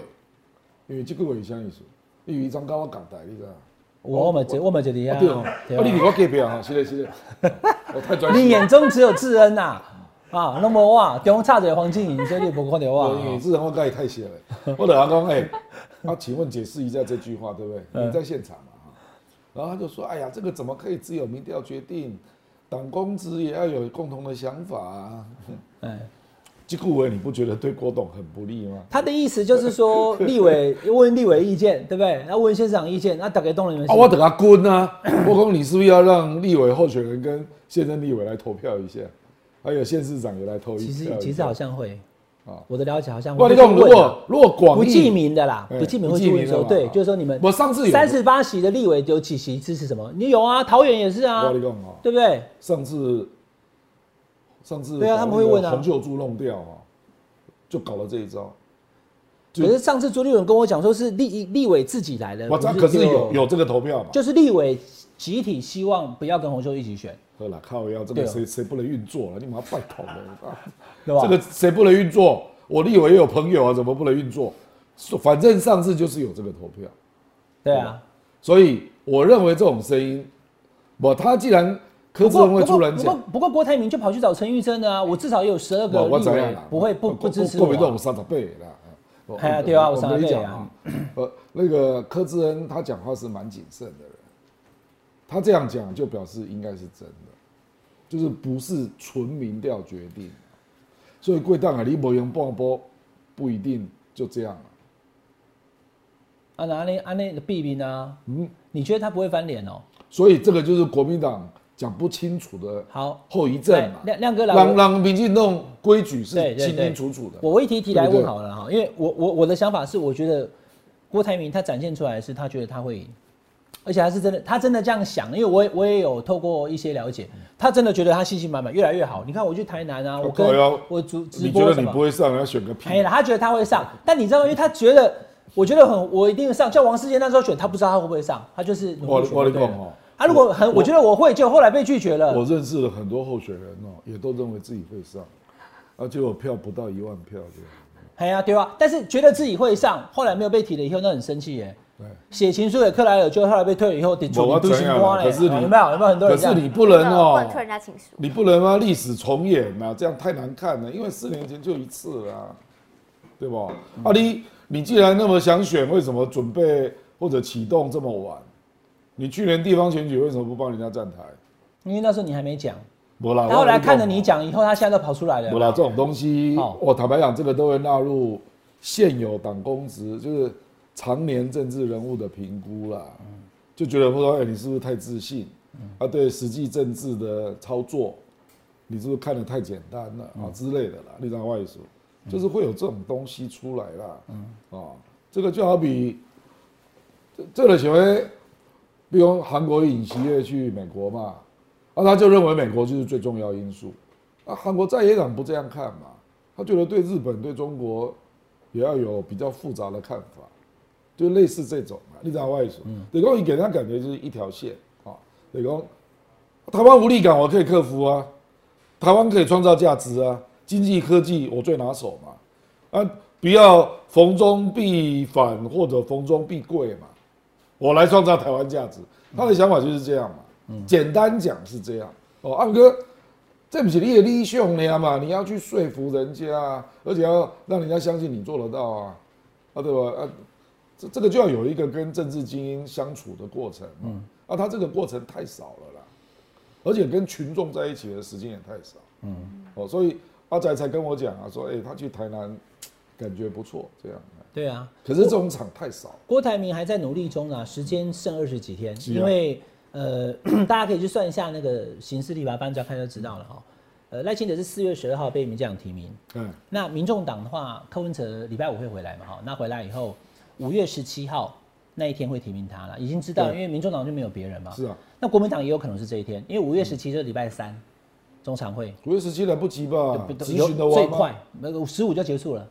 Speaker 3: 因为这个话是啥意思？因为伊张跟我讲台，你知道吗？
Speaker 2: 我我们这我们这里啊
Speaker 3: 啊对哦，
Speaker 2: 对
Speaker 3: 啊
Speaker 2: 啊
Speaker 3: 你伫我隔壁啊，是的，是的， 我太专
Speaker 2: 你
Speaker 3: 心了。
Speaker 2: 眼中只有智恩呐啊，那么哇，中差着黄静颖，所以你不看到啊哇
Speaker 3: 我。哦你这人我跟你太邪了，我等他讲，哎、啊，请问解释一下这句话，对不
Speaker 2: 嗯
Speaker 3: 对？你在现场嘛，哈然后他就说，哎呀，这个怎么可以只有民调决定？党公职也要有共同的想法啊。
Speaker 2: 哎，
Speaker 3: 这句话你不觉得对郭董很不利吗？
Speaker 2: 他的意思就是 说，立委问立委意见，对不对？那问县长意见，那大概动了你们
Speaker 3: 啊，
Speaker 2: 心。
Speaker 3: 我等他滚啊！我讲你是不是要让立委候选人跟现任立委来投票一下，还有县市长也来投一票
Speaker 2: 其
Speaker 3: 一下？
Speaker 2: 实其实好像会
Speaker 3: 啊
Speaker 2: 我的了解好像
Speaker 3: 我
Speaker 2: 会。
Speaker 3: 跟你讲，
Speaker 2: 会
Speaker 3: 如
Speaker 2: 问啊
Speaker 3: 果如果广义
Speaker 2: 不记名的啦，
Speaker 3: 哎
Speaker 2: 不记名
Speaker 3: 不
Speaker 2: 会
Speaker 3: 记
Speaker 2: 去问
Speaker 3: 名的
Speaker 2: 说，
Speaker 3: 嘛
Speaker 2: 对，就是说你们
Speaker 3: 我上次有
Speaker 2: 三十八席的立委有几席支持什么？你有啊，桃园也是啊
Speaker 3: 我，跟你讲啊，
Speaker 2: 对不对？
Speaker 3: 上次上次
Speaker 2: 对啊
Speaker 3: 把
Speaker 2: 他们会
Speaker 3: 那个
Speaker 2: 问啊
Speaker 3: 红袖珠弄掉啊，就搞了这一招。就
Speaker 2: 可是上次朱立伦跟我讲说是立立委自己来的，
Speaker 3: 我知道，
Speaker 2: 呃不
Speaker 3: 可是
Speaker 2: 丢
Speaker 3: 有有这个投票嘛？
Speaker 2: 就是立委集体希望不要跟洪秀一起选，
Speaker 3: 喝了靠腰，这
Speaker 2: 对
Speaker 3: 个
Speaker 2: 哦
Speaker 3: 谁谁不能运作了？你马上拜托 了，
Speaker 2: 对吧？
Speaker 3: 这个谁不能运作？我立委也有朋友啊，怎么不能运作？说反正上次就是有这个投票，
Speaker 2: 对啊。
Speaker 3: 所以我认为这种声音，我他既然柯
Speaker 2: 不
Speaker 3: 志
Speaker 2: 过
Speaker 3: 恩会
Speaker 2: 不
Speaker 3: 出
Speaker 2: 过
Speaker 3: 来
Speaker 2: 不过
Speaker 3: 讲，
Speaker 2: 不过郭台铭就跑去找陈玉珍的啊，我至少也有十二个
Speaker 3: 我我
Speaker 2: 立
Speaker 3: 知道
Speaker 2: 委
Speaker 3: 啦
Speaker 2: 不会不
Speaker 3: 我
Speaker 2: 不支持
Speaker 3: 我
Speaker 2: 我
Speaker 3: 国民
Speaker 2: 啊
Speaker 3: 党。三十倍啦。我
Speaker 2: 哎呀对啊
Speaker 3: 我
Speaker 2: 有
Speaker 3: 跟
Speaker 2: 三
Speaker 3: 你
Speaker 2: 十
Speaker 3: 讲
Speaker 2: 倍
Speaker 3: 啊
Speaker 2: 啊，
Speaker 3: 呃，那个柯志恩他讲话是蛮谨慎的人，他这样讲就表示应该是真的，就是不是纯民调决定，所以贵党啊，你无用半波，不一定就这样了。
Speaker 2: 啊，那那啊那个弊病呢？
Speaker 3: 嗯，
Speaker 2: 你觉得他不会翻脸哦？
Speaker 3: 所以这个就是国民党讲不清楚的
Speaker 2: 好，
Speaker 3: 后遗症嘛
Speaker 2: 来。亮亮哥来，
Speaker 3: 让
Speaker 2: 我
Speaker 3: 让民进弄规矩是
Speaker 2: 对对
Speaker 3: 清
Speaker 2: 对
Speaker 3: 清楚楚的。
Speaker 2: 我一题一题来
Speaker 3: 对不对
Speaker 2: 问好了哈，因为我我我的想法是，我觉得郭台铭他展现出来的是他觉得他会赢，而且他是真的，他真的这样想，因为我也我也有透过一些了解，
Speaker 3: 嗯
Speaker 2: 他真的觉得他信心满满，越来越好。你看我去台南啊，我跟
Speaker 3: 对啊
Speaker 2: 我主直
Speaker 3: 你觉
Speaker 2: 播
Speaker 3: 得
Speaker 2: 什
Speaker 3: 你
Speaker 2: 么
Speaker 3: 不，会上，要选个屁？
Speaker 2: 哎啦，他觉得他会
Speaker 3: 嗯
Speaker 2: 上，但你知道吗？因为他觉得，我觉得很，我一定上。像王世坚那时候选，他不知道他会不会上，他就是努
Speaker 3: 我
Speaker 2: 力选
Speaker 3: 我
Speaker 2: 就
Speaker 3: 跟
Speaker 2: 对
Speaker 3: 你
Speaker 2: 了
Speaker 3: 讲哦
Speaker 2: 他如果很，我
Speaker 3: 我
Speaker 2: 觉得我会，就后来被拒绝了
Speaker 3: 我。认识了很多候选人哦，也都认为自己会上，而且我票不到一万票这
Speaker 2: 哎呀，对啊，但是觉得自己会上，后来没有被提了以后，那很生气耶。
Speaker 3: 样。
Speaker 2: 写情书给克莱尔，就后来被退了以后，顶住
Speaker 3: 我
Speaker 2: 你
Speaker 3: 怎样啊
Speaker 2: 光嘞。哦
Speaker 3: 可是你
Speaker 2: 有没有有没有很多
Speaker 3: 对，
Speaker 2: 人这
Speaker 3: 可是
Speaker 2: 样？
Speaker 3: 你不能
Speaker 4: 不
Speaker 3: 哦
Speaker 4: 能，退人家情书。
Speaker 3: 你不能啊，历史重演呐、这样太难看了，因为四年前就一次啊，对吧？啊你你既然那么想选，为什么准备或者启动这么晚？你去年地方选举为什么不帮人家站台？
Speaker 2: 因为那时候你还没讲，
Speaker 3: 我啦，
Speaker 2: 他后来看着
Speaker 3: 讲哦
Speaker 2: 你讲以后，他现在都跑出来
Speaker 3: 不
Speaker 2: 了。
Speaker 3: 啦，这种东西，
Speaker 2: 好
Speaker 3: 我坦白讲，这个都会纳入现有党公职，就是常年政治人物的评估啦，
Speaker 2: 嗯
Speaker 3: 就觉得会说，哎、你是不是太自信？啊，对实际政治的操作，你是不是看得太简单了
Speaker 2: 嗯
Speaker 3: 啊之类的啦，立场外说，就是会有这种东西出来啦。
Speaker 2: 嗯
Speaker 3: 啊，这个就好比这这个行为，比如韩国尹锡悦去美国嘛，啊，他就认为美国就是最重要因素。啊，韩国在野党不这样看嘛，他觉得对日本、对中国也要有比较复杂的看法，就类似这种嘛。你知道外说，李光你给他感觉就是一条线啊。李光，台湾无力感我可以克服啊，台湾可以创造价值啊，经济科技我最拿手嘛，啊，不要逢中必反或者逢中必贵嘛，我来创造台湾价值。他的想法就是这样嘛，简单讲是这样。哦，安哥。这不是你的理想呀嘛，你要去说服人家啊，而且要让人家相信你做得到啊，啊对吧？啊，这这个就要有一个跟政治精英相处的过程嘛，啊，他这个过程太少了啦，而且跟群众在一起的时间也太少，嗯，哦，所以阿仔才跟我讲啊，说哎、他去台南感觉不错，这样，
Speaker 2: 对啊，
Speaker 3: 可是这种场太少，
Speaker 2: 郭台铭还在努力中啊，时间剩二十几天，
Speaker 3: 是啊
Speaker 2: 因为呃， 大家可以去算一下那个刑事立法班，只要看就知道了哈。呃，赖清德是四月十二号被民进党提名，
Speaker 3: 嗯，
Speaker 2: 那民众党的话，柯文哲礼拜五会回来嘛？哈，那回来以后，五月十七号那一天会提名他了，已经知道，
Speaker 3: 对
Speaker 2: 因为民众党就没有别人嘛。
Speaker 3: 是啊，嗯
Speaker 2: 那国民党也有可能是这一天，因为五月十七就是礼拜三，中常会
Speaker 3: 五月十七来不及吧
Speaker 2: 不，
Speaker 3: 咨询的
Speaker 2: 最
Speaker 3: 完吗
Speaker 2: 快？，那个十五就结束了。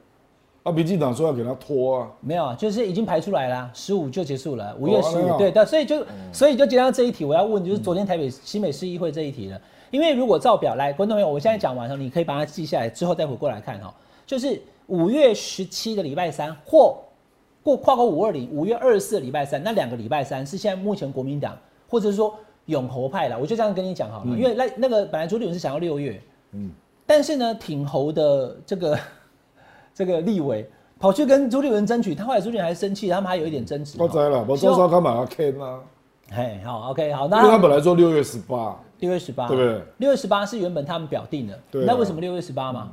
Speaker 3: 啊，民进党说要给他拖啊，
Speaker 2: 没有啊，就是已经排出来啦，十五就结束了，啊五月
Speaker 3: 哦
Speaker 2: 十
Speaker 3: 那
Speaker 2: 五、
Speaker 3: 样
Speaker 2: 对的，所以就所以就接到这一题，我要问就是昨天台北新北市议会这一题了，因为如果照表来，观众朋友，我现在讲完了，你可以把它记下来，之后再回过来看哈、就是五月十七的礼拜三或过跨过五二零，五月二十四的礼拜三，那两个礼拜三是现在目前国民党或者是说永和派啦，我就这样跟你讲好了，因为那那个本来朱立伦是想要六月，但是呢，挺侯的这个 这个立委跑去跟朱立伦争取，他后来朱立伦还生气，他们还有一点争执。哦
Speaker 3: 我知道哦了，我周烧干嘛要 K 啊？
Speaker 2: 嘿，好，OK，好，
Speaker 3: 因为他
Speaker 2: 那
Speaker 3: 本来说六月十八，
Speaker 2: 六月十八，
Speaker 3: 对不对？
Speaker 2: 六月十八是原本他们表定的，
Speaker 3: 对啊
Speaker 2: 那为什么六月十八嘛？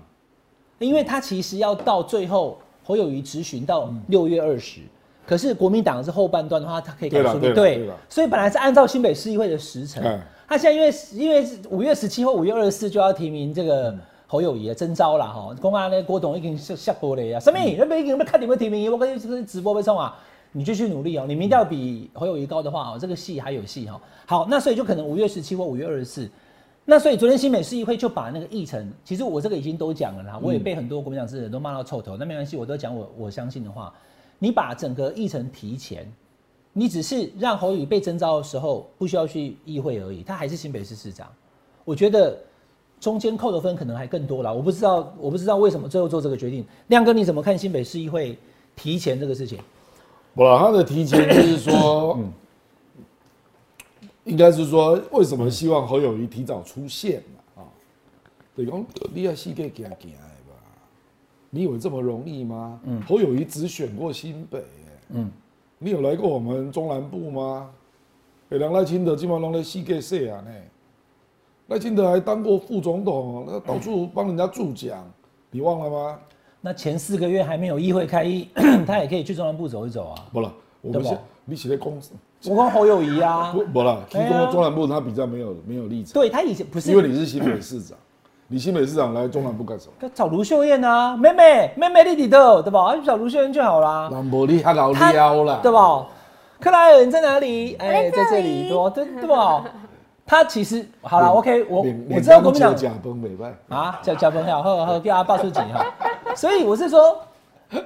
Speaker 2: 因为他其实要到最后侯友谊质询到
Speaker 3: 嗯
Speaker 2: 六月二十、可是国民党是后半段的话，他可以改
Speaker 3: 对啦
Speaker 2: 速
Speaker 3: 对
Speaker 2: 度，
Speaker 3: 啦对啦
Speaker 2: 所以本来是按照新北市议会的时程
Speaker 3: 哎，
Speaker 2: 他现在因为因为五月十七或五月二十四就要提名这个侯友谊的征召了哈，公安呢啊郭董已经下下播了呀，什么？那边已经被看你们提名，我跟你这个直播被送啊。你继续努力哦，你民调比侯友谊高的话哦，这个戏还有戏哈、哦。好，那所以就可能五月十七或五月二十四，那所以昨天新美市议会就把那个议程，其实我这个已经都讲了啦，我也被很多国民党支持人都骂到臭头，那没关系，我都讲我我相信的话，你把整个议程提前，你只是让侯友宜被征召的时候不需要去议会而已，他还是新北市市长。我觉得中间扣的分可能还更多啦，我不知道，我不知道为什么最后做这个决定。亮哥，你怎么看新北市议会提前这个事情？
Speaker 3: 不啦，他的提前就是说，应该是说为什么希望侯友谊提早出现嘛？啊，对，讲你要世界行行的吧？你以为这么容易吗？侯友谊只选过新北、嗯，你有来过我们中南部吗？哎、人赖清德基本上都在世界说啊呢，赖清德还当过副总统，那到处帮人家助讲，你忘了吗？
Speaker 2: 那前四个月还没有议会开议， 他也可以去中南部走一走啊。
Speaker 3: 不了，我
Speaker 2: 对吧
Speaker 3: 们现你写的公司
Speaker 2: 我跟侯友谊啊
Speaker 3: 不，不了，提
Speaker 2: 哎呀
Speaker 3: 供中南部他比较没有没有立场，
Speaker 2: 对啊他以前不是
Speaker 3: 因为你是新北 市长，你新北市长来中南部干什么？
Speaker 2: 找卢秀燕啊，妹妹妹妹弟弟的，对吧？啊去找卢秀燕就好啦，
Speaker 3: 兰博利还老
Speaker 2: 他
Speaker 3: 撩啦，
Speaker 2: 对？吧？克莱尔你在哪里？哎，
Speaker 4: 我在这
Speaker 2: 在这
Speaker 4: 里
Speaker 2: 里，对吧？对对 吧？他其实好了
Speaker 3: 脸
Speaker 2: ，OK，我
Speaker 3: 脸
Speaker 2: 我知道
Speaker 3: 脸
Speaker 2: 国民党
Speaker 3: 当假崩美败，
Speaker 2: 啊，叫叫朋友，呵呵，叫他报出警哈。所以我是说，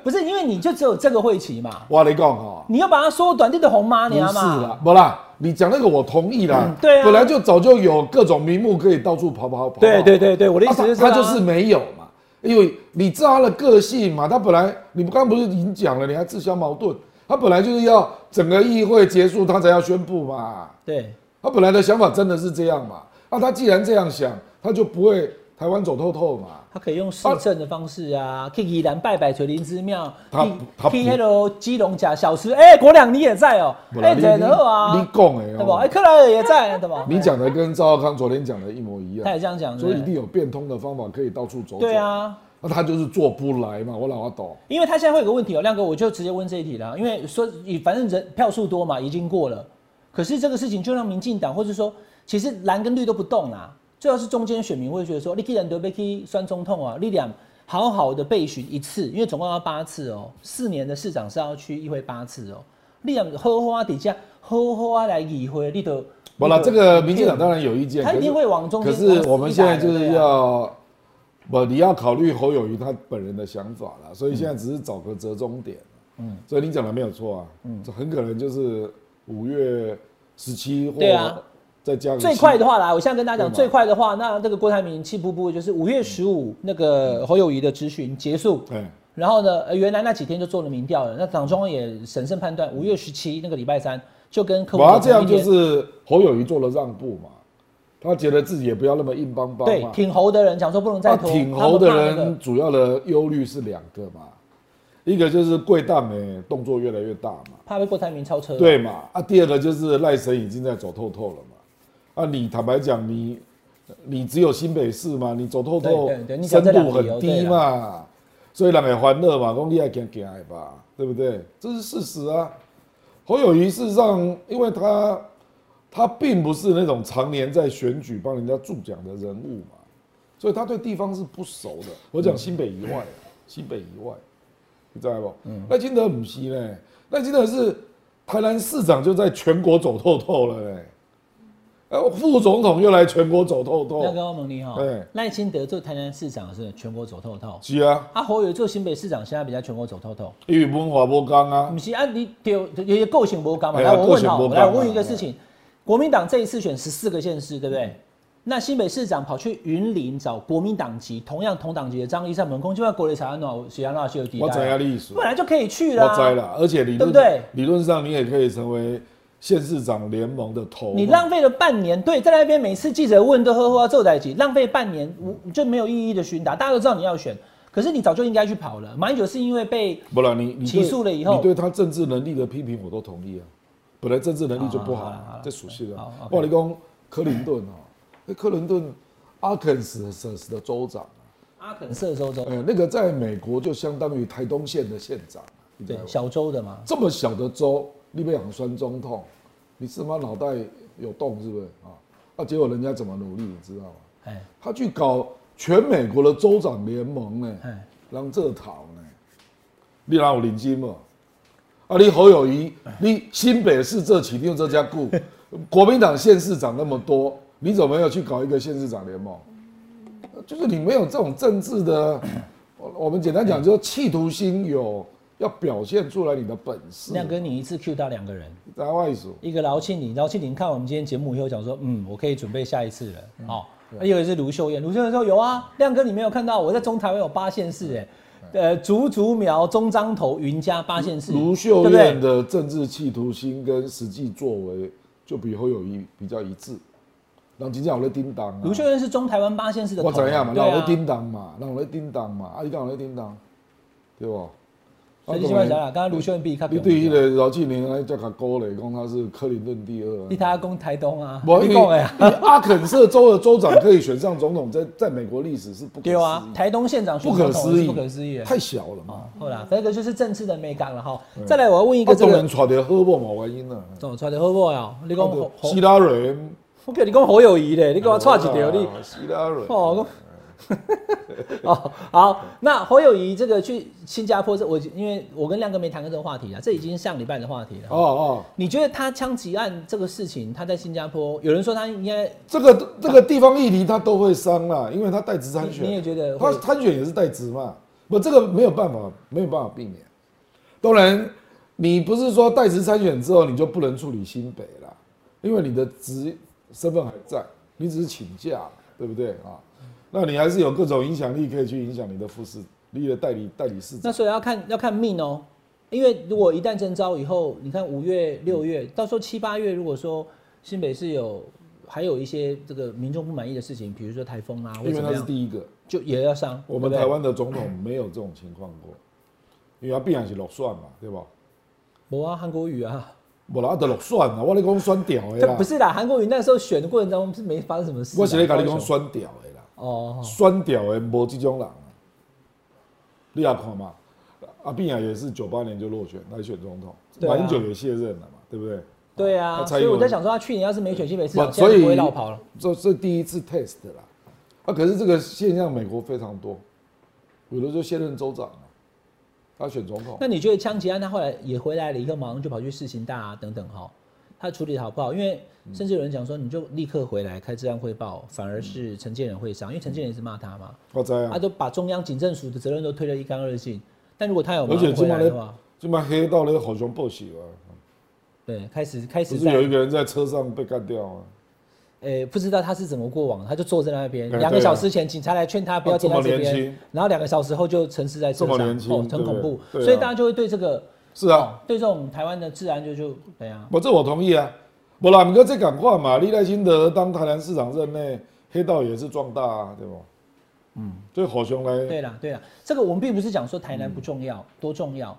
Speaker 2: 不是因为你就只有这个会期嘛，
Speaker 3: 我跟你讲哈，
Speaker 2: 你要把它缩短，这的红妈
Speaker 3: 不是
Speaker 2: 娘啊嘛。
Speaker 3: 啦，不啦，你讲那个我同意啦，
Speaker 2: 嗯对啊
Speaker 3: 本来就早就有各种名目可以到处跑跑跑，
Speaker 2: 对对
Speaker 3: 对，
Speaker 2: 对对，我的意
Speaker 3: 啊
Speaker 2: 思就是、
Speaker 3: 他他就是没有嘛，因为你知道他的个性嘛，他本来你刚刚不是已经讲了，你还自相矛盾，他本来就是要整个议会结束他才要宣布嘛，
Speaker 2: 对
Speaker 3: 他本来的想法真的是这样嘛，那、他既然这样想，他就不会台湾走透透嘛。
Speaker 2: 他可以用市政的方式啊，去宜兰拜拜垂林之庙，
Speaker 3: 他
Speaker 2: 去
Speaker 3: 他
Speaker 2: 去
Speaker 3: 不
Speaker 2: 那个基隆甲小吃，哎、国良你也在哦、
Speaker 3: 不
Speaker 2: 哎、
Speaker 3: 然
Speaker 2: 欸，在的啊，
Speaker 3: 你讲的
Speaker 2: 对吧？
Speaker 3: 哦、
Speaker 2: 哎、克莱尔也在，对吧？
Speaker 3: 你讲的跟赵少康昨天讲的一模一样，
Speaker 2: 他也这样讲，
Speaker 3: 啊所以
Speaker 2: 对
Speaker 3: 一
Speaker 2: 不
Speaker 3: 定
Speaker 2: 对
Speaker 3: 有变通的方法可以到处走走。
Speaker 2: 对，啊。
Speaker 3: 那他就是做不来嘛，我老懂。
Speaker 2: 因为他现在会有个问题哦、亮哥，我就直接问这一题啦。因为说，以反正人票数多嘛，已经过了。可是这个事情就让民进党，或者说，其实蓝跟绿都不动啦。最后是中间选民会觉得说，你既然得被去酸中痛啊，你俩好好的备询一次，因为总共要八次哦、四年的市长是要去议会八次哦、你俩好好啊底下好好啊来议会，你都
Speaker 3: 不了，
Speaker 2: 你
Speaker 3: 这
Speaker 2: 就
Speaker 3: 个民进党当然有意见，
Speaker 2: 他一定
Speaker 3: 可
Speaker 2: 会
Speaker 3: 是
Speaker 2: 往中间
Speaker 3: 可
Speaker 2: 往死打的。
Speaker 3: 是我们现在就是
Speaker 2: 对啊
Speaker 3: 要，不，你要考虑侯友谊他本人的想法啦，所以现在只是找个折中点。嗯，所以你讲的没有错啊，嗯，这很可能就是五月十七或
Speaker 2: 对啊
Speaker 3: 再加个
Speaker 2: 最
Speaker 3: 七
Speaker 2: 快的话来，我现在跟大家讲，
Speaker 3: 对嘛嗯
Speaker 2: 最快的话，那那个郭台铭气不不就是五月十五那个侯友谊的质询结束，
Speaker 3: 哎，
Speaker 2: 然后呢，呃原来那几天就做了民调了，那党中央也审慎判断，五月十七那个礼拜三就跟柯
Speaker 3: 我要
Speaker 2: 文
Speaker 3: 这
Speaker 2: 哲
Speaker 3: 样
Speaker 2: 同一
Speaker 3: 就
Speaker 2: 天
Speaker 3: 是侯友谊做了让步嘛，他觉得自己也不要那么硬邦邦
Speaker 2: 对
Speaker 3: 嘛。
Speaker 2: 挺侯的人讲说不能再
Speaker 3: 那
Speaker 2: 拖，
Speaker 3: 挺
Speaker 2: 他
Speaker 3: 侯
Speaker 2: 们
Speaker 3: 的
Speaker 2: 怕那个
Speaker 3: 人主要的忧虑是两个嘛，一个就是贵大美动作越来越大嘛，
Speaker 2: 怕被郭台铭超车，，
Speaker 3: 对嘛？啊，第二个就是赖神已经在走透透了嘛。啊，你坦白讲，你你只有新北市嘛，你走透透
Speaker 2: 对对对你讲这
Speaker 3: 深
Speaker 2: 两
Speaker 3: 度
Speaker 2: 个
Speaker 3: 很低
Speaker 2: 理由对啊
Speaker 3: 嘛，所以人也欢乐嘛，讲你也行行的吧，对不对？这是事实啊。侯友谊事实上，因为他他并不是那种常年在选举帮人家助讲的人物嘛，所以他对地方是不熟
Speaker 2: 嗯
Speaker 3: 的。我讲新北以外啊，新北以外，你知道不？
Speaker 2: 嗯
Speaker 3: 赖清德不是呢，赖清德是台南市长就在全国走透透了呢，呃，副总统又来全国走透
Speaker 2: 那
Speaker 3: 透，
Speaker 2: 个欧盟你哈
Speaker 3: 对，
Speaker 2: 赖清德做台南市长是全国走透透，
Speaker 3: 是啊，
Speaker 2: 啊侯友谊做新北市长现在比较全国走透透，
Speaker 3: 因为文化不刚啊
Speaker 2: 不，是啊，你有有些构型不刚嘛？
Speaker 3: 哎呀
Speaker 2: 来，我
Speaker 3: 构
Speaker 2: 问
Speaker 3: 成
Speaker 2: 好，
Speaker 3: 不
Speaker 2: 我
Speaker 3: 同
Speaker 2: 来
Speaker 3: 嘛哎
Speaker 2: 我问一个事情：国民党这一次选十四个县市，对不
Speaker 3: 嗯
Speaker 2: 对？那新北市长跑去云林找国民党籍同样同党籍的张立善门空，就问国内查安诺、许安娜是有抵
Speaker 3: 我知啊
Speaker 2: 赖，
Speaker 3: 历史，
Speaker 2: 本来就可以去啦。
Speaker 3: 我知啦，而且理
Speaker 2: 对不
Speaker 3: 论
Speaker 2: 对
Speaker 3: 理论上你也可以成为县市长联盟的头嘛，
Speaker 2: 你浪费了半年，对，在那边每次记者问都呵呵啊，皱在一起，浪费半年，无就没有意义的询答，大家都知道你要选，可是你早就应该去跑了。马英九是因为被
Speaker 3: 不然你你对
Speaker 2: 起诉了以后
Speaker 3: 你对他政治能力的批评我都同意啊。本来政治能力就不好
Speaker 2: 好好好
Speaker 3: 啊
Speaker 2: 好，
Speaker 3: 这属性啊
Speaker 2: 好。，OK
Speaker 3: 我跟你讲克林顿啊，那克林顿阿肯色斯的州长啊，
Speaker 2: 阿肯色州州
Speaker 3: 呃，那个在美国就相当于台东县的县长啊，你知
Speaker 2: 对
Speaker 3: 道吗
Speaker 2: 小州的嘛，
Speaker 3: 这么小的州，你被养酸中痛，你是妈脑袋有洞是不是啊？啊，结果人家怎么努力，你知道吗？
Speaker 2: 哎
Speaker 3: 他去搞全美国的州长联盟呢、
Speaker 2: 哎，
Speaker 3: 让这讨呢，你哪有领金嘛？啊，你侯友谊，你新北市这起定这家顾， 国民党县市长那么多，你怎么没有去搞一个县市长联盟？就是你没有这种政治的，我我们简单讲，就是企图心有，要表现出来你的本事。
Speaker 2: 亮哥你一次 Q 到两个人。
Speaker 3: 在外属，
Speaker 2: 一个饶庆林，饶庆林看我们今天节目以后讲说，嗯，我可以准备下一次了。哦，还有一个是卢秀燕，卢秀燕说有啊，亮哥你没有看到我在中台湾有八县市哎，呃，竹竹苗、中彰头、云嘉八县市，
Speaker 3: 卢秀
Speaker 2: 对不
Speaker 3: 燕
Speaker 2: 对？
Speaker 3: 的政治企图心跟实际作为就比侯友谊比较一致。让今天我在叮当、啊，
Speaker 2: 卢秀燕是中台湾八县市的头，
Speaker 3: 我知影
Speaker 2: 对
Speaker 3: 嘛，那
Speaker 2: 啊
Speaker 3: 我咧叮当嘛，那我咧叮当嘛，啊，你讲我咧叮当，对不？
Speaker 2: 所以你先来想想，刚刚卢秀燕比较
Speaker 3: 你对迄个饶庆林安尼才甲鼓咧，讲他是克林顿第二、啊
Speaker 2: 你。他攻台东啊，
Speaker 3: 无因
Speaker 2: 你
Speaker 3: 为
Speaker 2: 讲的啊，
Speaker 3: 因为阿肯色州的州长可以选上总统，在在美国历史是不可
Speaker 2: 对啊，
Speaker 3: 思
Speaker 2: 台东县长
Speaker 3: 议，不
Speaker 2: 选总
Speaker 3: 可
Speaker 2: 统
Speaker 3: 思
Speaker 2: 是
Speaker 3: 议，
Speaker 2: 不可思议的。
Speaker 3: 太小了嘛。
Speaker 2: 好啦，这个就是政治的美感了哈。再来，我要问一
Speaker 3: 啊，
Speaker 2: 个这
Speaker 3: 中
Speaker 2: 个
Speaker 3: 人，揣着好某某原因啊，
Speaker 2: 总出来好不好呀？你讲侯，侯
Speaker 3: 希拉蕊，
Speaker 2: 我叫你讲侯友谊嘞，你给我啊错一条你。
Speaker 3: 希拉蕊，
Speaker 2: 哦，我哦，好，那侯友谊这个去新加坡，这我因为我跟亮哥没谈过这个话题啊，这已经上礼拜的话题了。
Speaker 3: 哦哦，
Speaker 2: 你觉得他枪击案这个事情，他在新加坡，有人说他应该，
Speaker 3: 这个这个地方议题他都会伤啦，因为他代职参选，
Speaker 2: 你你也觉得会
Speaker 3: 他参选也是代职嘛？不，这个没有办法，没有办法避免。当然，你不是说代职参选之后你就不能处理新北啦，因为你的职身份还在，你只是请假，对不对啊？那你还是有各种影响力可以去影响你的副市，你的代理代理市
Speaker 2: 那
Speaker 3: 长。
Speaker 2: 所以要看要看命哦，因为如果一旦征召以后，你看五月、六月，到时候七八月，如果说新北是有还有一些这个民众不满意的事情，比如说台风啊，或
Speaker 3: 因
Speaker 2: 者
Speaker 3: 为
Speaker 2: 怎
Speaker 3: 他
Speaker 2: 么
Speaker 3: 是
Speaker 2: 样，
Speaker 3: 第一个，
Speaker 2: 就也要上。
Speaker 3: 我们
Speaker 2: 对不对
Speaker 3: 台湾的总统没有这种情况过，因为他必然是落选嘛，对吧？
Speaker 2: 我啊，韩国语啊。
Speaker 3: 无啦，得落选啦，我咧讲选掉的
Speaker 2: 这
Speaker 3: 啦
Speaker 2: 不，是啦，韩国瑜那时候选的过程当中是没发生什么事啊。
Speaker 3: 我是咧甲你
Speaker 2: 高雄
Speaker 3: 讲选掉的啦。
Speaker 2: 哦，
Speaker 3: 酸屌的无这种人，啊你也看嘛，阿扁也也是九八年就落选来选总统，
Speaker 2: 对啊
Speaker 3: 马英九也卸任了嘛，对不对？
Speaker 2: 对
Speaker 3: 那
Speaker 2: 啊，
Speaker 3: 蔡
Speaker 2: 所
Speaker 3: 英
Speaker 2: 以
Speaker 3: 文
Speaker 2: 我在想说，他去年要是没选新北市
Speaker 3: 不
Speaker 2: 长，现
Speaker 3: 所
Speaker 2: 在
Speaker 3: 以
Speaker 2: 就不会绕跑了。
Speaker 3: 这这第一次 test 啦，啊，可是这个现象美国非常多，有的就卸任州长啊，他选总统
Speaker 2: 那，你觉得枪击案他后来也回来了以后，马上就跑去世情大啊等等哈，他处理得好不好？因为甚至有人讲说，你就立刻回来开治安汇报，反而是陈建仁会上，因为陈建仁是骂他嘛，
Speaker 3: 我知
Speaker 2: 他
Speaker 3: 啊，
Speaker 2: 都把中央警政署的责任都推得一干二净。但如果他有马
Speaker 3: 而且
Speaker 2: 上
Speaker 3: 今
Speaker 2: 回
Speaker 3: 嘛
Speaker 2: 来的
Speaker 3: 咧
Speaker 2: 话，，
Speaker 3: 今嘛黑到咧好熊报喜啊，
Speaker 2: 对，开始开
Speaker 3: 不
Speaker 2: 始
Speaker 3: 是有
Speaker 2: 在
Speaker 3: 一个人在车上被干掉啊，
Speaker 2: 呃，不知道他是怎么过往的，他就坐在那边。
Speaker 3: 哎
Speaker 2: 两个
Speaker 3: 对啊
Speaker 2: 小时前，警察来劝他不要
Speaker 3: 啊这
Speaker 2: 停在
Speaker 3: 么
Speaker 2: 这
Speaker 3: 年
Speaker 2: 边
Speaker 3: 轻，
Speaker 2: 然后两个小时后就沉尸在车
Speaker 3: 这么
Speaker 2: 上，
Speaker 3: 年轻
Speaker 2: 哦，很
Speaker 3: 对不对
Speaker 2: 恐怖。
Speaker 3: 对啊
Speaker 2: 所以大家就会对这个，
Speaker 3: 是啊。
Speaker 2: 哦对这种台湾的治安就就对啊，
Speaker 3: 我这我同意啊，不啦，你哥这讲话嘛，历代新德当台南市长任内，黑道也是壮大啊，对不？嗯，所以好兄来，
Speaker 2: 对啦，对啦。这个我们并不是讲说台南不重要，多重要，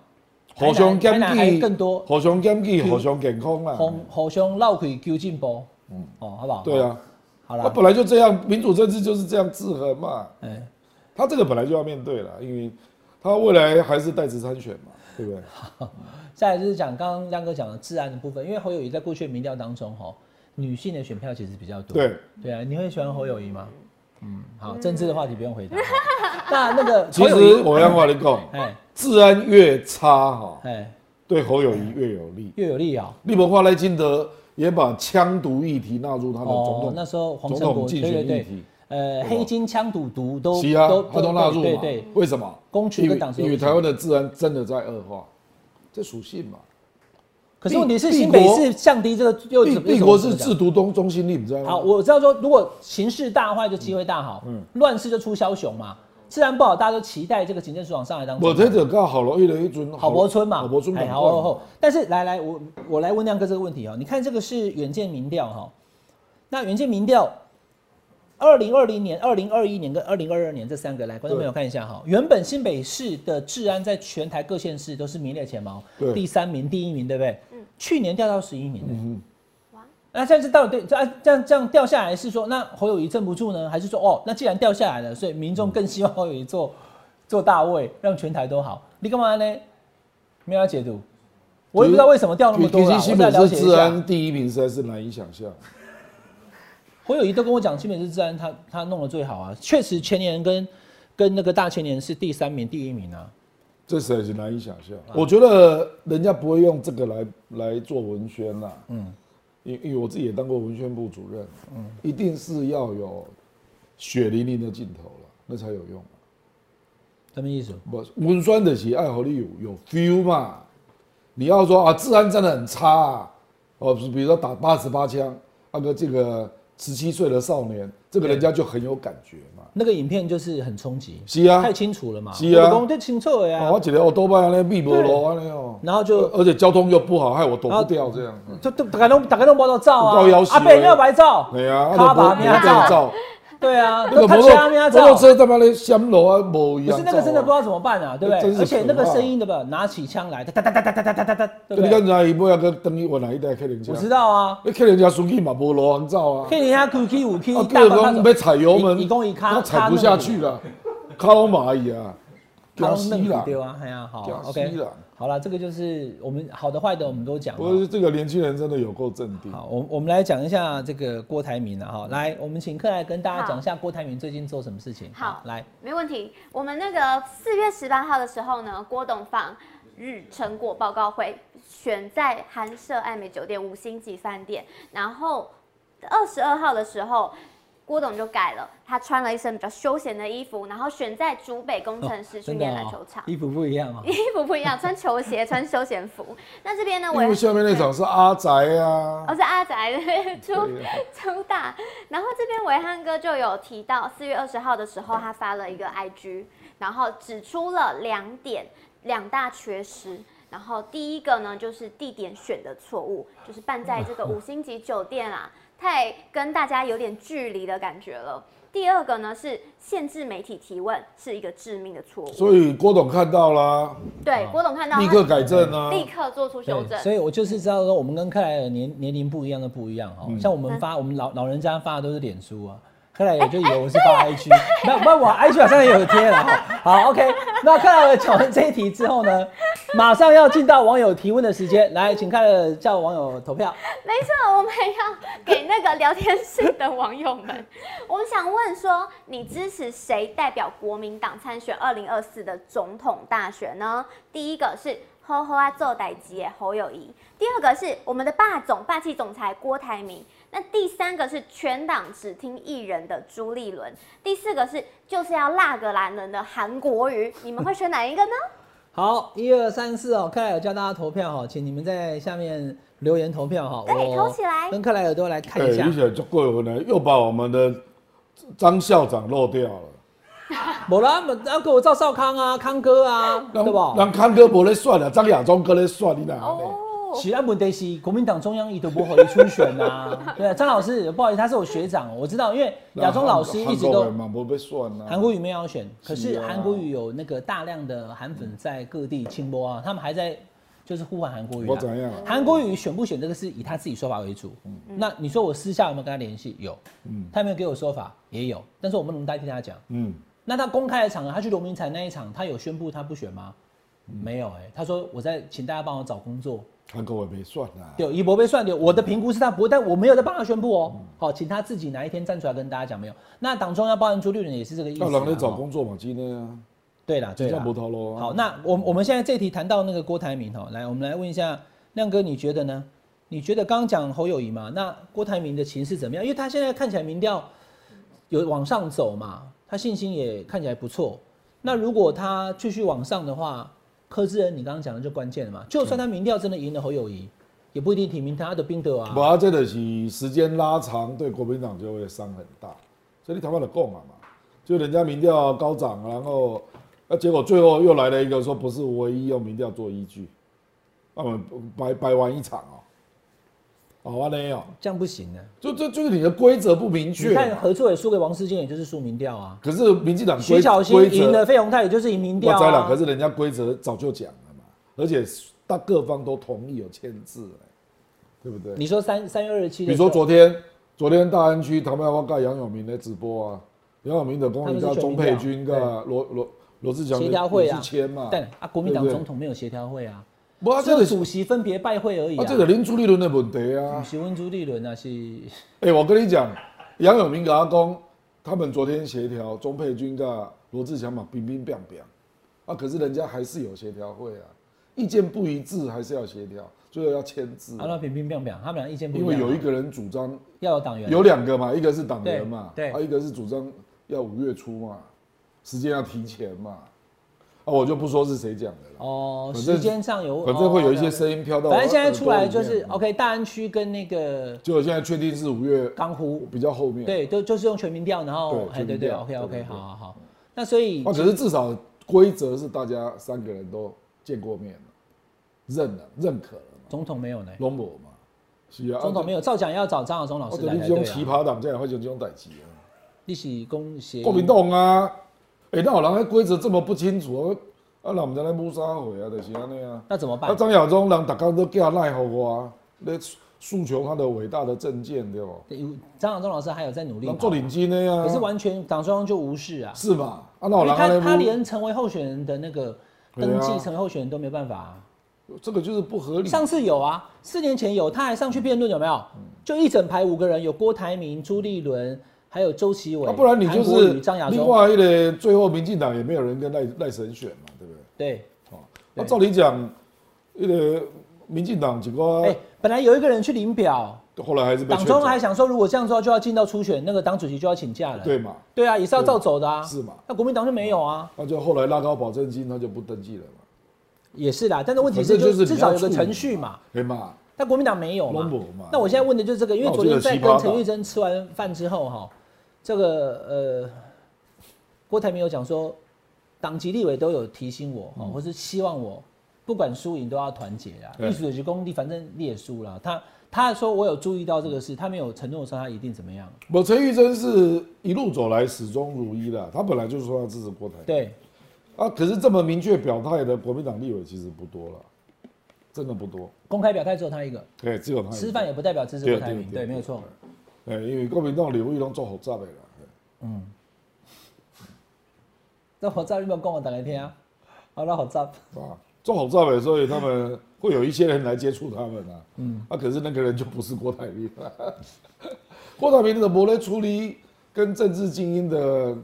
Speaker 3: 好兄
Speaker 2: 台
Speaker 3: 检
Speaker 2: 南还
Speaker 3: 举
Speaker 2: 更多
Speaker 3: 好兄检举，好兄健康啊啦，
Speaker 2: 红红胸绕腿究进波，嗯，哦，好不好？
Speaker 3: 对，啊，
Speaker 2: 好
Speaker 3: 他
Speaker 2: 了，
Speaker 3: 本来就这样，民主政治就是这样制衡嘛，
Speaker 2: 哎，
Speaker 3: 他这个本来就要面对了，因为他未来还是代职参选嘛，对不对？
Speaker 2: 再来就是讲刚刚亮哥讲的治安的部分，因为侯友谊在过去的民调当中，哈，女性的选票其实比较多。
Speaker 3: 对，
Speaker 2: 对啊，你会喜欢侯友谊吗？嗯，好，政治的话题不用回答。那那个
Speaker 3: 其
Speaker 2: 侯友
Speaker 3: 实
Speaker 2: 谊，
Speaker 3: 我要话你讲，
Speaker 2: 哎
Speaker 3: 治安越差哈，
Speaker 2: 哎，
Speaker 3: 对侯友谊越有利。
Speaker 2: 越有利啊、
Speaker 3: 立博化赖金德也把枪毒议题纳入他的总
Speaker 2: 哦
Speaker 3: 统，
Speaker 2: 那时候黄
Speaker 3: 总
Speaker 2: 胜
Speaker 3: 统
Speaker 2: 国，
Speaker 3: 竞
Speaker 2: 对
Speaker 3: 选
Speaker 2: 对
Speaker 3: 议
Speaker 2: 对
Speaker 3: 题，，
Speaker 2: 呃，
Speaker 3: 吧
Speaker 2: 黑金枪赌毒都
Speaker 3: 是啊，他都纳入
Speaker 2: 对
Speaker 3: 嘛
Speaker 2: 对，对
Speaker 3: 为什么？
Speaker 2: 公权
Speaker 3: 因
Speaker 2: 跟
Speaker 3: 为
Speaker 2: 党是有
Speaker 3: 因为
Speaker 2: 关系
Speaker 3: 台湾的治安真的在恶化，这属性嘛。
Speaker 2: 可是问题是
Speaker 3: 帝
Speaker 2: 新北
Speaker 3: 国
Speaker 2: 市降低这个又
Speaker 3: 帝
Speaker 2: 怎么又
Speaker 3: 帝
Speaker 2: 怎
Speaker 3: 国
Speaker 2: 么
Speaker 3: 是
Speaker 2: 讲
Speaker 3: 制毒中中心力，你知道吗？
Speaker 2: 好，我知道说，如果形势大坏就机会大好，
Speaker 3: 嗯
Speaker 2: 乱世就出枭雄嘛，治安不好，大家都期待这个警政署长上来当总统。
Speaker 3: 我这就刚好容易了一尊
Speaker 2: 郝柏村嘛，
Speaker 3: 郝柏村
Speaker 2: 哎
Speaker 3: 党
Speaker 2: 好
Speaker 3: 冠
Speaker 2: 好好但是来来，我我来问亮哥这个问题哦、你看这个是远见民调哈、那远见民调，二零二零年、二零二一年跟二零二二年这三个来，观众朋友看一下哈、原本新北市的治安在全台各县市都是名列前茅
Speaker 3: 对，
Speaker 2: 第三名、第一名，对不对？去年掉到十一名、哎
Speaker 3: 嗯
Speaker 2: 那这样子到底对这这样这样掉下来是说，那侯友谊镇不住呢，还是说哦，那既然掉下来了，所以民
Speaker 3: 嗯
Speaker 2: 众更希望侯友谊做做大位，让全台都好？你干嘛呢？没有要解读，我也不知道为什么掉那么多
Speaker 3: 其
Speaker 2: 啦
Speaker 3: 实
Speaker 2: 我
Speaker 3: 新
Speaker 2: 再
Speaker 3: 北
Speaker 2: 了
Speaker 3: 市
Speaker 2: 解
Speaker 3: 治
Speaker 2: 一下。
Speaker 3: 安第一名实在是难以想象。
Speaker 2: 侯友谊都跟我讲，新北市治安他他弄得最好啊，确实前年跟跟那个大前年是第三名、第一名啊。
Speaker 3: 这实在是难以想象。我觉得人家不会用这个来来做文宣啦。嗯，因因为我自己也当过文宣部主任，嗯，一定是要有血淋淋的镜头了，那才有用。
Speaker 2: 什么意思？
Speaker 3: 不，文宣的是爱好你有有 feel 嘛？你要说啊，治安真的很差、啊，哦，比如说打八十八枪，那个这个十七岁的少年，这个人家就很有感觉嘛。
Speaker 2: 那个影片就是很冲击，
Speaker 3: 是啊
Speaker 2: 太清楚了嘛，
Speaker 3: 是啊
Speaker 2: 我就清楚了呀、
Speaker 3: 哦我觉得哦，多半那密不罗啊那哦，
Speaker 2: 然后就
Speaker 3: 而且交通又不好，害我躲不掉这样。嗯
Speaker 2: 就就大家都大家都摸到照啊，
Speaker 3: 有够要求
Speaker 2: 阿伯你要白照，
Speaker 3: 对啊，
Speaker 2: 卡巴你要
Speaker 3: 这样
Speaker 2: 照，
Speaker 3: 照，
Speaker 2: 对啊，
Speaker 3: 那个摩
Speaker 2: 他
Speaker 3: 托
Speaker 2: 瞎喵
Speaker 3: 摩托
Speaker 2: 照。
Speaker 3: 车他妈的香楼啊，某一
Speaker 2: 不
Speaker 3: 样
Speaker 2: 是
Speaker 3: 照啊。
Speaker 2: 那个真的不知道怎么办啊，对不
Speaker 3: 真
Speaker 2: 对？
Speaker 3: 是
Speaker 2: 而且那个
Speaker 3: 可怕
Speaker 2: 声音对不对？拿起枪来，哒哒哒哒哒哒哒哒哒，对不
Speaker 3: 你
Speaker 2: 对？
Speaker 3: 刚才一波要跟等于我哪一代客人家？
Speaker 2: 我知道啊，
Speaker 3: 你客人家手机嘛无罗行照啊
Speaker 2: 可，以人家 QQ 五 Q
Speaker 3: 啊，
Speaker 2: 大
Speaker 3: 客人
Speaker 2: 把
Speaker 3: 讲要踩油门，
Speaker 2: 一共一卡
Speaker 3: 他踩不下去了，卡拢蚂蚁啊，
Speaker 2: 卡
Speaker 3: 惊
Speaker 2: 弄
Speaker 3: 死
Speaker 2: 弄
Speaker 3: 啦！
Speaker 2: 丢啊，哎呀，好
Speaker 3: 屌丝
Speaker 2: ，OK，
Speaker 3: 啦
Speaker 2: 好了，这个就是我们好的坏的我们都讲
Speaker 3: 我觉
Speaker 2: 了。
Speaker 3: 得这个年轻人真的有够镇定。
Speaker 2: 好，我我们来讲一下这个郭台铭啊，哈，来，我们请客来跟大家
Speaker 4: 好
Speaker 2: 讲一下郭台铭最近做什么事情。
Speaker 4: 好
Speaker 2: 来，
Speaker 4: 没问题。我们那个四月十八号的时候呢，郭董放日成果报告会，选在韩舍艾美酒店五星级饭店。然后二十二号的时候，郭董就改了，他穿了一身比较休闲的衣服，然后选在竹北工程师
Speaker 2: 真
Speaker 4: 训
Speaker 2: 的
Speaker 4: 练篮球
Speaker 2: 哦
Speaker 4: 场，。
Speaker 2: 衣服不一样啊。
Speaker 4: 衣服不一样，穿球鞋，穿休闲服。那这边呢，我
Speaker 3: 因
Speaker 4: 也
Speaker 3: 为下面那场是阿宅啊
Speaker 4: 哦，，是阿宅出
Speaker 3: 对啊
Speaker 4: 出大。然后这边维汉哥就有提到，四月二十号的时候，他发了一个 IG，然后指出了两点两大缺失。然后第一个呢，就是地点选的错误，就是办在
Speaker 3: 哦
Speaker 4: 这个五星级酒店啊，太跟大家有点距离的感觉了。第二个呢是限制媒体提问，是一个致命的错误。
Speaker 3: 所以郭董看到啦，
Speaker 4: 对，郭董看到
Speaker 3: 立
Speaker 4: 他
Speaker 3: 刻改正啊。
Speaker 4: 立刻做出修
Speaker 2: 对，所
Speaker 4: 正。
Speaker 2: 以我就是知道说，我们跟克莱尔年年龄不一样的不一样哦。像我们
Speaker 4: 嗯
Speaker 2: 发，我们老老人家发的都是脸书
Speaker 4: 哎
Speaker 2: 啊，克莱尔就以为我是发 IG，那那我 IG 好像也有贴了哈。 好，OK，那克莱尔讲完这一题之后呢，马上要进到网友提问的时间，来，请克莱尔叫网友投票。
Speaker 4: 没错，我们要给那个聊天室的网友 们，我们想问说，你支持谁代表国民党参选二零二四的总统大选呢？第一个是吼吼啊做代级耶侯友谊，第二个是我们的霸总霸气总裁郭台铭，那第三个是全党只听一人的朱立伦，第四个是就是要辣个男人的韩国瑜，你们会选哪一个呢？
Speaker 2: 好，一二三四哦，克莱尔叫大家投票哦，请你们在下面留言投票哈。
Speaker 4: 对
Speaker 2: 我
Speaker 4: 哎投起来
Speaker 2: 跟克莱尔都来看
Speaker 3: 哎，
Speaker 2: 一下
Speaker 3: 而。且就过回来又把我们的张校长漏掉了。
Speaker 2: 某啦，那给我赵少康啊，康哥啊，对
Speaker 3: 让
Speaker 2: 不？
Speaker 3: 让康哥不咧算了，张亚中哥咧算你哪嘞？
Speaker 4: 哦，
Speaker 2: 其他问题是国民党中央伊都不合理初选呐、对啊，张老师，不好意思，他是我学长，我知道，因为亚中老师一直都
Speaker 3: 嘛不被算啊呐。
Speaker 2: 韩国语没有要选，可是
Speaker 3: 是啊
Speaker 2: 韩国语有那个大量的韩粉在各地清播啊，他们还在就是呼唤韩国语、
Speaker 3: 我怎样啊
Speaker 2: 韩国语选不选这个是以他自己说法为主。
Speaker 3: 嗯
Speaker 2: 那你说我私下有没有跟他联系？有，他有没有给我说法也有，但是我不能代替他讲。
Speaker 3: 嗯，
Speaker 2: 那他公开的场合，他去龙明才那一场，他有宣布他不选吗？
Speaker 3: 嗯
Speaker 2: 没有哎、他说我在请大家帮我找工作，
Speaker 3: 韩国也没算啊呐。
Speaker 2: 对，以博被算掉。我的评估是他不会，但我没有在帮他宣布哦。好，请他自己哪一天站出来跟大家讲没有？那党中央包含朱立伦也是这个意思啦。
Speaker 3: 要人咧找
Speaker 2: 哦
Speaker 3: 工作嘛，今天啊，
Speaker 2: 对啦，对
Speaker 3: 这
Speaker 2: 啦
Speaker 3: 样。不头啊咯。
Speaker 2: 好，那我我们现在这题谈到那个郭台铭哦，来，我们来问一下亮哥，你觉得呢？你觉得刚刚讲侯友谊嘛，那郭台铭的情势怎么样？因为他现在看起来民调有往上走嘛，他信心也看起来不错。那如果他继续往上的话，柯志恩你刚刚讲的就关键了嘛。就算他民调真的赢了侯友谊，也不一定提名他的宾德啊。
Speaker 3: 无啊，这就是时间拉长，对国民党就会伤很大。所以你台湾的共啊嘛，就人家民调高涨，然后啊，结果最后又来了一个说不是唯一用民调做依据，啊那我们白白玩一场哦、好啊，没有，
Speaker 2: 这样不行的、
Speaker 3: 就这就是你的规则不明
Speaker 2: 你
Speaker 3: 确
Speaker 2: 看
Speaker 3: 嘛。
Speaker 2: 合作也输给王世坚，也就是输民调啊。
Speaker 3: 可是民进党
Speaker 2: 徐
Speaker 3: 规
Speaker 2: 小
Speaker 3: 规
Speaker 2: 新赢了
Speaker 3: 则，
Speaker 2: 费鸿泰，也就是赢民
Speaker 3: 我
Speaker 2: 调
Speaker 3: 知了，
Speaker 2: 啊
Speaker 3: 可。是人家规则早就讲了嘛，而且大各方都同意有签字、哎对不对？
Speaker 2: 你说三三月二十七，
Speaker 3: 比如说昨天，昨天大安区唐麦花盖杨永明的直播啊，杨永明的公益
Speaker 2: 他们
Speaker 3: 叫
Speaker 2: 是选民
Speaker 3: 钟
Speaker 2: 调
Speaker 3: 佩君跟啊罗罗罗志祥
Speaker 2: 协调会啊
Speaker 3: 是签嘛，
Speaker 2: 但啊，国民党
Speaker 3: 对不对
Speaker 2: 总，统没有协调会啊，
Speaker 3: 不啊，
Speaker 2: 只
Speaker 3: 这
Speaker 2: 有
Speaker 3: 个是
Speaker 2: 主席分别拜会而已
Speaker 3: 啊
Speaker 2: 啊。，
Speaker 3: 这个林朱立伦的问题啊
Speaker 2: 主，席温朱立伦啊是，
Speaker 3: 哎、我跟你讲，杨永明跟阿公他们昨天协调，钟佩君跟罗志祥嘛，乒乒乓乓，啊，可是人家还是有协调会啊，意见不一致还是要协调，最后要签字
Speaker 2: 啊，，那平平平平，他们俩意见不一
Speaker 3: 因
Speaker 2: 样啊。
Speaker 3: 为有一个人主张
Speaker 2: 要有党员，
Speaker 3: 有两个嘛，一个是党员嘛，
Speaker 2: 对对
Speaker 3: 啊，一个是主张要五月初嘛，时间要提前嘛，啊，我就不说是谁讲的了，
Speaker 2: 哦，
Speaker 3: 反正
Speaker 2: 时间上有，
Speaker 3: 反正会有一
Speaker 2: 哦
Speaker 3: 些声音飘到
Speaker 2: 对反
Speaker 3: 我
Speaker 2: 正
Speaker 3: 耳朵里面。
Speaker 2: 现在出来就是哦 OK，大安区跟那个
Speaker 3: 结果现在确定是五月
Speaker 2: 港湖，
Speaker 3: 比较后面，
Speaker 2: 对，就就是用全民调，然后
Speaker 3: 对
Speaker 2: 哎
Speaker 3: 全
Speaker 2: 对
Speaker 3: 民
Speaker 2: 对
Speaker 3: 调
Speaker 2: ，OK
Speaker 3: 对
Speaker 2: OK，
Speaker 3: 对对
Speaker 2: 好好好。那所以
Speaker 3: 啊，可是至少规则是大家三个人都见过面了，认了认可了嘛，
Speaker 2: 总统没有呢，
Speaker 3: 龙博嘛，是啊，啊
Speaker 2: 总统没
Speaker 3: 有，
Speaker 2: 有，照讲要找张亚中老
Speaker 3: 我
Speaker 2: 师
Speaker 3: 等
Speaker 2: 来
Speaker 3: 你
Speaker 2: 才
Speaker 3: 这
Speaker 2: 对
Speaker 3: 种
Speaker 2: 啊
Speaker 3: 奇葩党这样会就这种代志啊，
Speaker 2: 你是恭喜
Speaker 3: 国民党啊，哎、那有人迄规则这么不清楚，啊，人毋知咧武啥会啊，就是安尼啊。
Speaker 2: 那怎么
Speaker 3: 啊，
Speaker 2: 办？
Speaker 3: 张亚中人逐工都寄赖互我啊，咧诉求他的伟大的政见，对无？
Speaker 2: 对有张亚中老师还有在努力
Speaker 3: 人
Speaker 2: 嘛，
Speaker 3: 做领金的呀、啊，
Speaker 2: 可是完全党中央就无视啊，
Speaker 3: 是吧？啊，那
Speaker 2: 因为
Speaker 3: 有人安
Speaker 2: 他
Speaker 3: 尼
Speaker 2: 他
Speaker 3: 武
Speaker 2: 连成为候选人的那个
Speaker 3: 对啊嗯
Speaker 2: 登记成为候选人都没办法、啊。
Speaker 3: 这个就是不合理。
Speaker 2: 上次有啊，四年前有，他还上去辩论有没
Speaker 3: 嗯
Speaker 2: 有？就一整排五个人，有郭台铭、朱立伦，还有周其伟，
Speaker 3: 啊，不然你就
Speaker 2: 韩国瑜
Speaker 3: 是
Speaker 2: 张亚
Speaker 3: 另
Speaker 2: 中，
Speaker 3: 外一个，最后民进党也没有人跟赖赖神选嘛，对不对？
Speaker 2: 对，
Speaker 3: 那、
Speaker 2: 对
Speaker 3: 照理讲，那个民进党结果
Speaker 2: 哎、本来有一个人去领表，
Speaker 3: 后来还呃是被
Speaker 2: 党
Speaker 3: 劝
Speaker 2: 中央
Speaker 3: 走，
Speaker 2: 还想说，如果这样做就要进到初选，那个党主席就要请假了。
Speaker 3: 对嘛？
Speaker 2: 对啊，也是要照走的啊。
Speaker 3: 是嘛？
Speaker 2: 那国民党就没有啊，
Speaker 3: 那就后来拉高保证金，他就不登记了嘛，
Speaker 2: 也是啦。但是问题
Speaker 3: 反
Speaker 2: 是，
Speaker 3: 正
Speaker 2: 就
Speaker 3: 就是
Speaker 2: 至
Speaker 3: 你要
Speaker 2: 少有个
Speaker 3: 处理
Speaker 2: 程序嘛。
Speaker 3: 对哎嘛？
Speaker 2: 但国民党没有嘛
Speaker 3: 拢无嘛
Speaker 2: 那我现在问的就是这个，因为
Speaker 3: 那我
Speaker 2: 昨
Speaker 3: 觉得
Speaker 2: 天在
Speaker 3: 七八
Speaker 2: 跟
Speaker 3: 吧
Speaker 2: 陈玉珍吃完饭之后哈，这个呃，郭台铭有讲说，党籍立委都有提醒我哈，或是希望我不管输赢都要团结啦。
Speaker 3: 嗯对
Speaker 2: 艺术主席工地反正你也输了，他他说我有注意到这个事，他没有承诺说他一定怎么样。
Speaker 3: 我陈玉珍是一路走来始终如一的，他本来就是说要支持郭台铭，
Speaker 2: 对，
Speaker 3: 啊，可是这么明确表态的国民党立委其实不多了，真的不多，
Speaker 2: 公开表态只有他一个，
Speaker 3: 对，只有他一个
Speaker 2: 吃饭也不代表支持
Speaker 3: 对
Speaker 2: 郭台铭，
Speaker 3: 对
Speaker 2: 对，
Speaker 3: 对
Speaker 2: 没有错。
Speaker 3: 哎，因为国民党刘玉龙做好杂的啦，
Speaker 2: 那我照你们跟我打来听啊，好了，好照。
Speaker 3: 嘿啊，做好杂的，所以他们会有一些人来接触他们啊，嗯，啊，可是那个人就不是郭台铭， 郭台铭的摩来处理跟政治精英的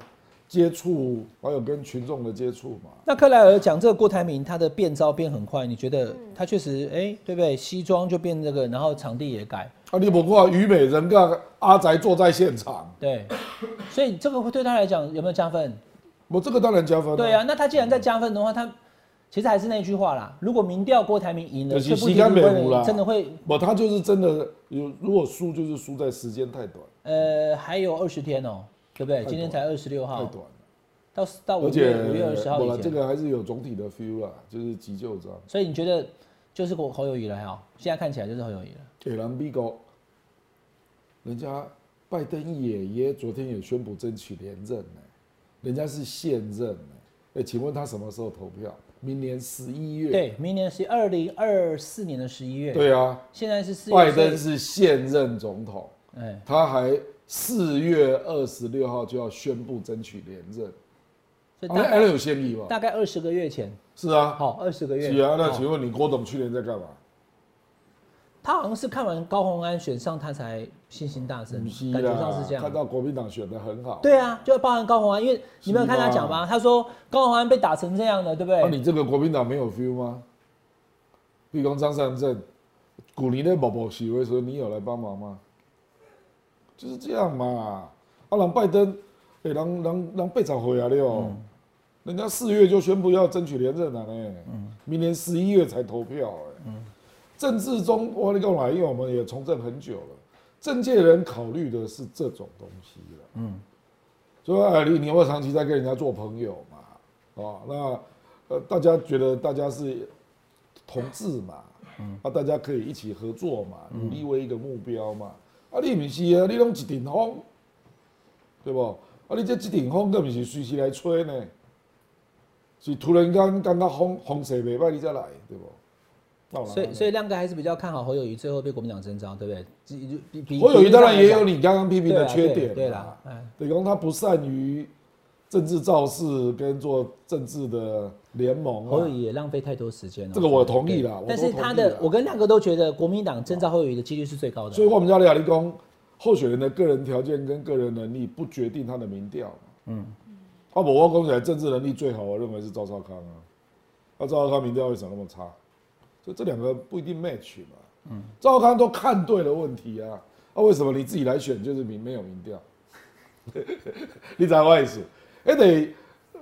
Speaker 3: 接触，还有跟群众的接触嘛，
Speaker 2: 那克莱尔讲这个郭台铭，他的变招变很快，你觉
Speaker 3: 嗯
Speaker 2: 得他确实哎、对不对？西装就变这个，然后场地也改，
Speaker 3: 啊，你不过虞美人跟阿宅坐在现场，
Speaker 2: 对，所以这个会对他来讲有没有加分？
Speaker 3: 我这个当然加分、
Speaker 2: 对啊，，那他既然在加分的话，他其实还是那句话啦，如果民调郭台铭赢了，
Speaker 3: 就是
Speaker 2: 说不定
Speaker 3: 时间
Speaker 2: 会
Speaker 3: 不够啦
Speaker 2: 真的会
Speaker 3: 我他就是真的有，如果输就是输在时间太短，
Speaker 2: 呃还有二十天哦、对不对？
Speaker 3: 太短
Speaker 2: 今天才二十六
Speaker 3: 太
Speaker 2: 号，
Speaker 3: 短了。
Speaker 2: 到到五
Speaker 3: 而
Speaker 2: 月
Speaker 3: 且
Speaker 2: 五月二十号
Speaker 3: 我
Speaker 2: 以
Speaker 3: 了
Speaker 2: 前，
Speaker 3: 这个还是有总体的 feel 啦，就是急救章。
Speaker 2: 所以你觉得就是侯侯友谊来哦，现在看起来就是侯友谊了。
Speaker 3: 给人比高，人家拜登爷爷昨天也宣布争取连任呢、人家是现任呢、哎、请问他什么时候投票？明年十一月。
Speaker 2: 对，明年是二零二四年的十一月，
Speaker 3: 对啊，
Speaker 2: 现在是四月，
Speaker 3: 拜登是现任总统，
Speaker 2: 哎、
Speaker 3: 他还四月二十六号就要宣布争取连任，
Speaker 2: 所以
Speaker 3: 哎、
Speaker 2: 大
Speaker 3: 啊，
Speaker 2: 概、
Speaker 3: 那有嫌疑吧？
Speaker 2: 大概二十个月前，
Speaker 3: 是啊，
Speaker 2: 好，二十个月。
Speaker 3: 是啊。那
Speaker 2: 好
Speaker 3: 请问你郭董去年在干嘛？
Speaker 2: 他好像是看完高鸿安选上，他才信心大增
Speaker 3: 不是，
Speaker 2: 感觉上
Speaker 3: 啦
Speaker 2: 是这
Speaker 3: 啊
Speaker 2: 样。
Speaker 3: 看到国民党选的很好。
Speaker 2: 对啊，就包含高鸿安，因为你没有看他讲吗？他说高鸿安被打成这样的，对不
Speaker 3: 那、
Speaker 2: 对？
Speaker 3: 啊你这个国民党没有 feel 吗？比如讲张善政，古尼的宝宝席位说你有来帮忙吗？就是这样嘛。啊，人拜登，哎、人人人被找回啊来了哟、
Speaker 2: 嗯
Speaker 3: 人家四月就宣布要争取连任了呢，
Speaker 2: 嗯
Speaker 3: 明年十一月才投票哎、政治中，我跟你讲啦，因为我们也从政很久了，政界人考虑的是这种东西了。嗯，所以哎，你你会长期在跟人家做朋友嘛？哦，那呃，大家觉得大家是同志嘛？嗯，啊，大家可以一起合作嘛，
Speaker 2: 嗯
Speaker 3: 努力为一个目标嘛。啊，你不是啊，你拢一顶风，对不？啊，你这一顶风，更不是随时来吹呢，是突然间感觉风风势袂歹，你才来，对不？那有人
Speaker 2: 所以
Speaker 3: 安尼
Speaker 2: 所以亮哥还是比较看好侯友谊，最后被国民党征召，对不对比？比比
Speaker 3: 啊侯友谊当然也有
Speaker 2: 比
Speaker 3: 你刚刚批评
Speaker 2: 对
Speaker 3: 的
Speaker 2: 啦
Speaker 3: 缺
Speaker 2: 对
Speaker 3: 点，啊
Speaker 2: 对啦，，哎
Speaker 3: 等于他不善于政治造势跟做政治的联盟
Speaker 2: 侯友
Speaker 3: 啊。
Speaker 2: 谊也浪费太多时间了。
Speaker 3: 这个我同意啦
Speaker 2: 对
Speaker 3: 我都
Speaker 2: 但是他的
Speaker 3: 同意啦啊
Speaker 2: 我跟亮哥都觉得国民党征召侯友谊的几率是最高的
Speaker 3: 所。以我们家俩理工候选人的个人条件跟个人能力不决定他的民调嗯，啊，我我讲起来政治能力最好，我认为是赵少康啊。那赵少康民调为什么那么差？所以这两个不一定 match 嘛。嗯，赵少康都看对了问题啊，那、为什么你自己来选就是民没有民调？ 你知道我意思？哎，得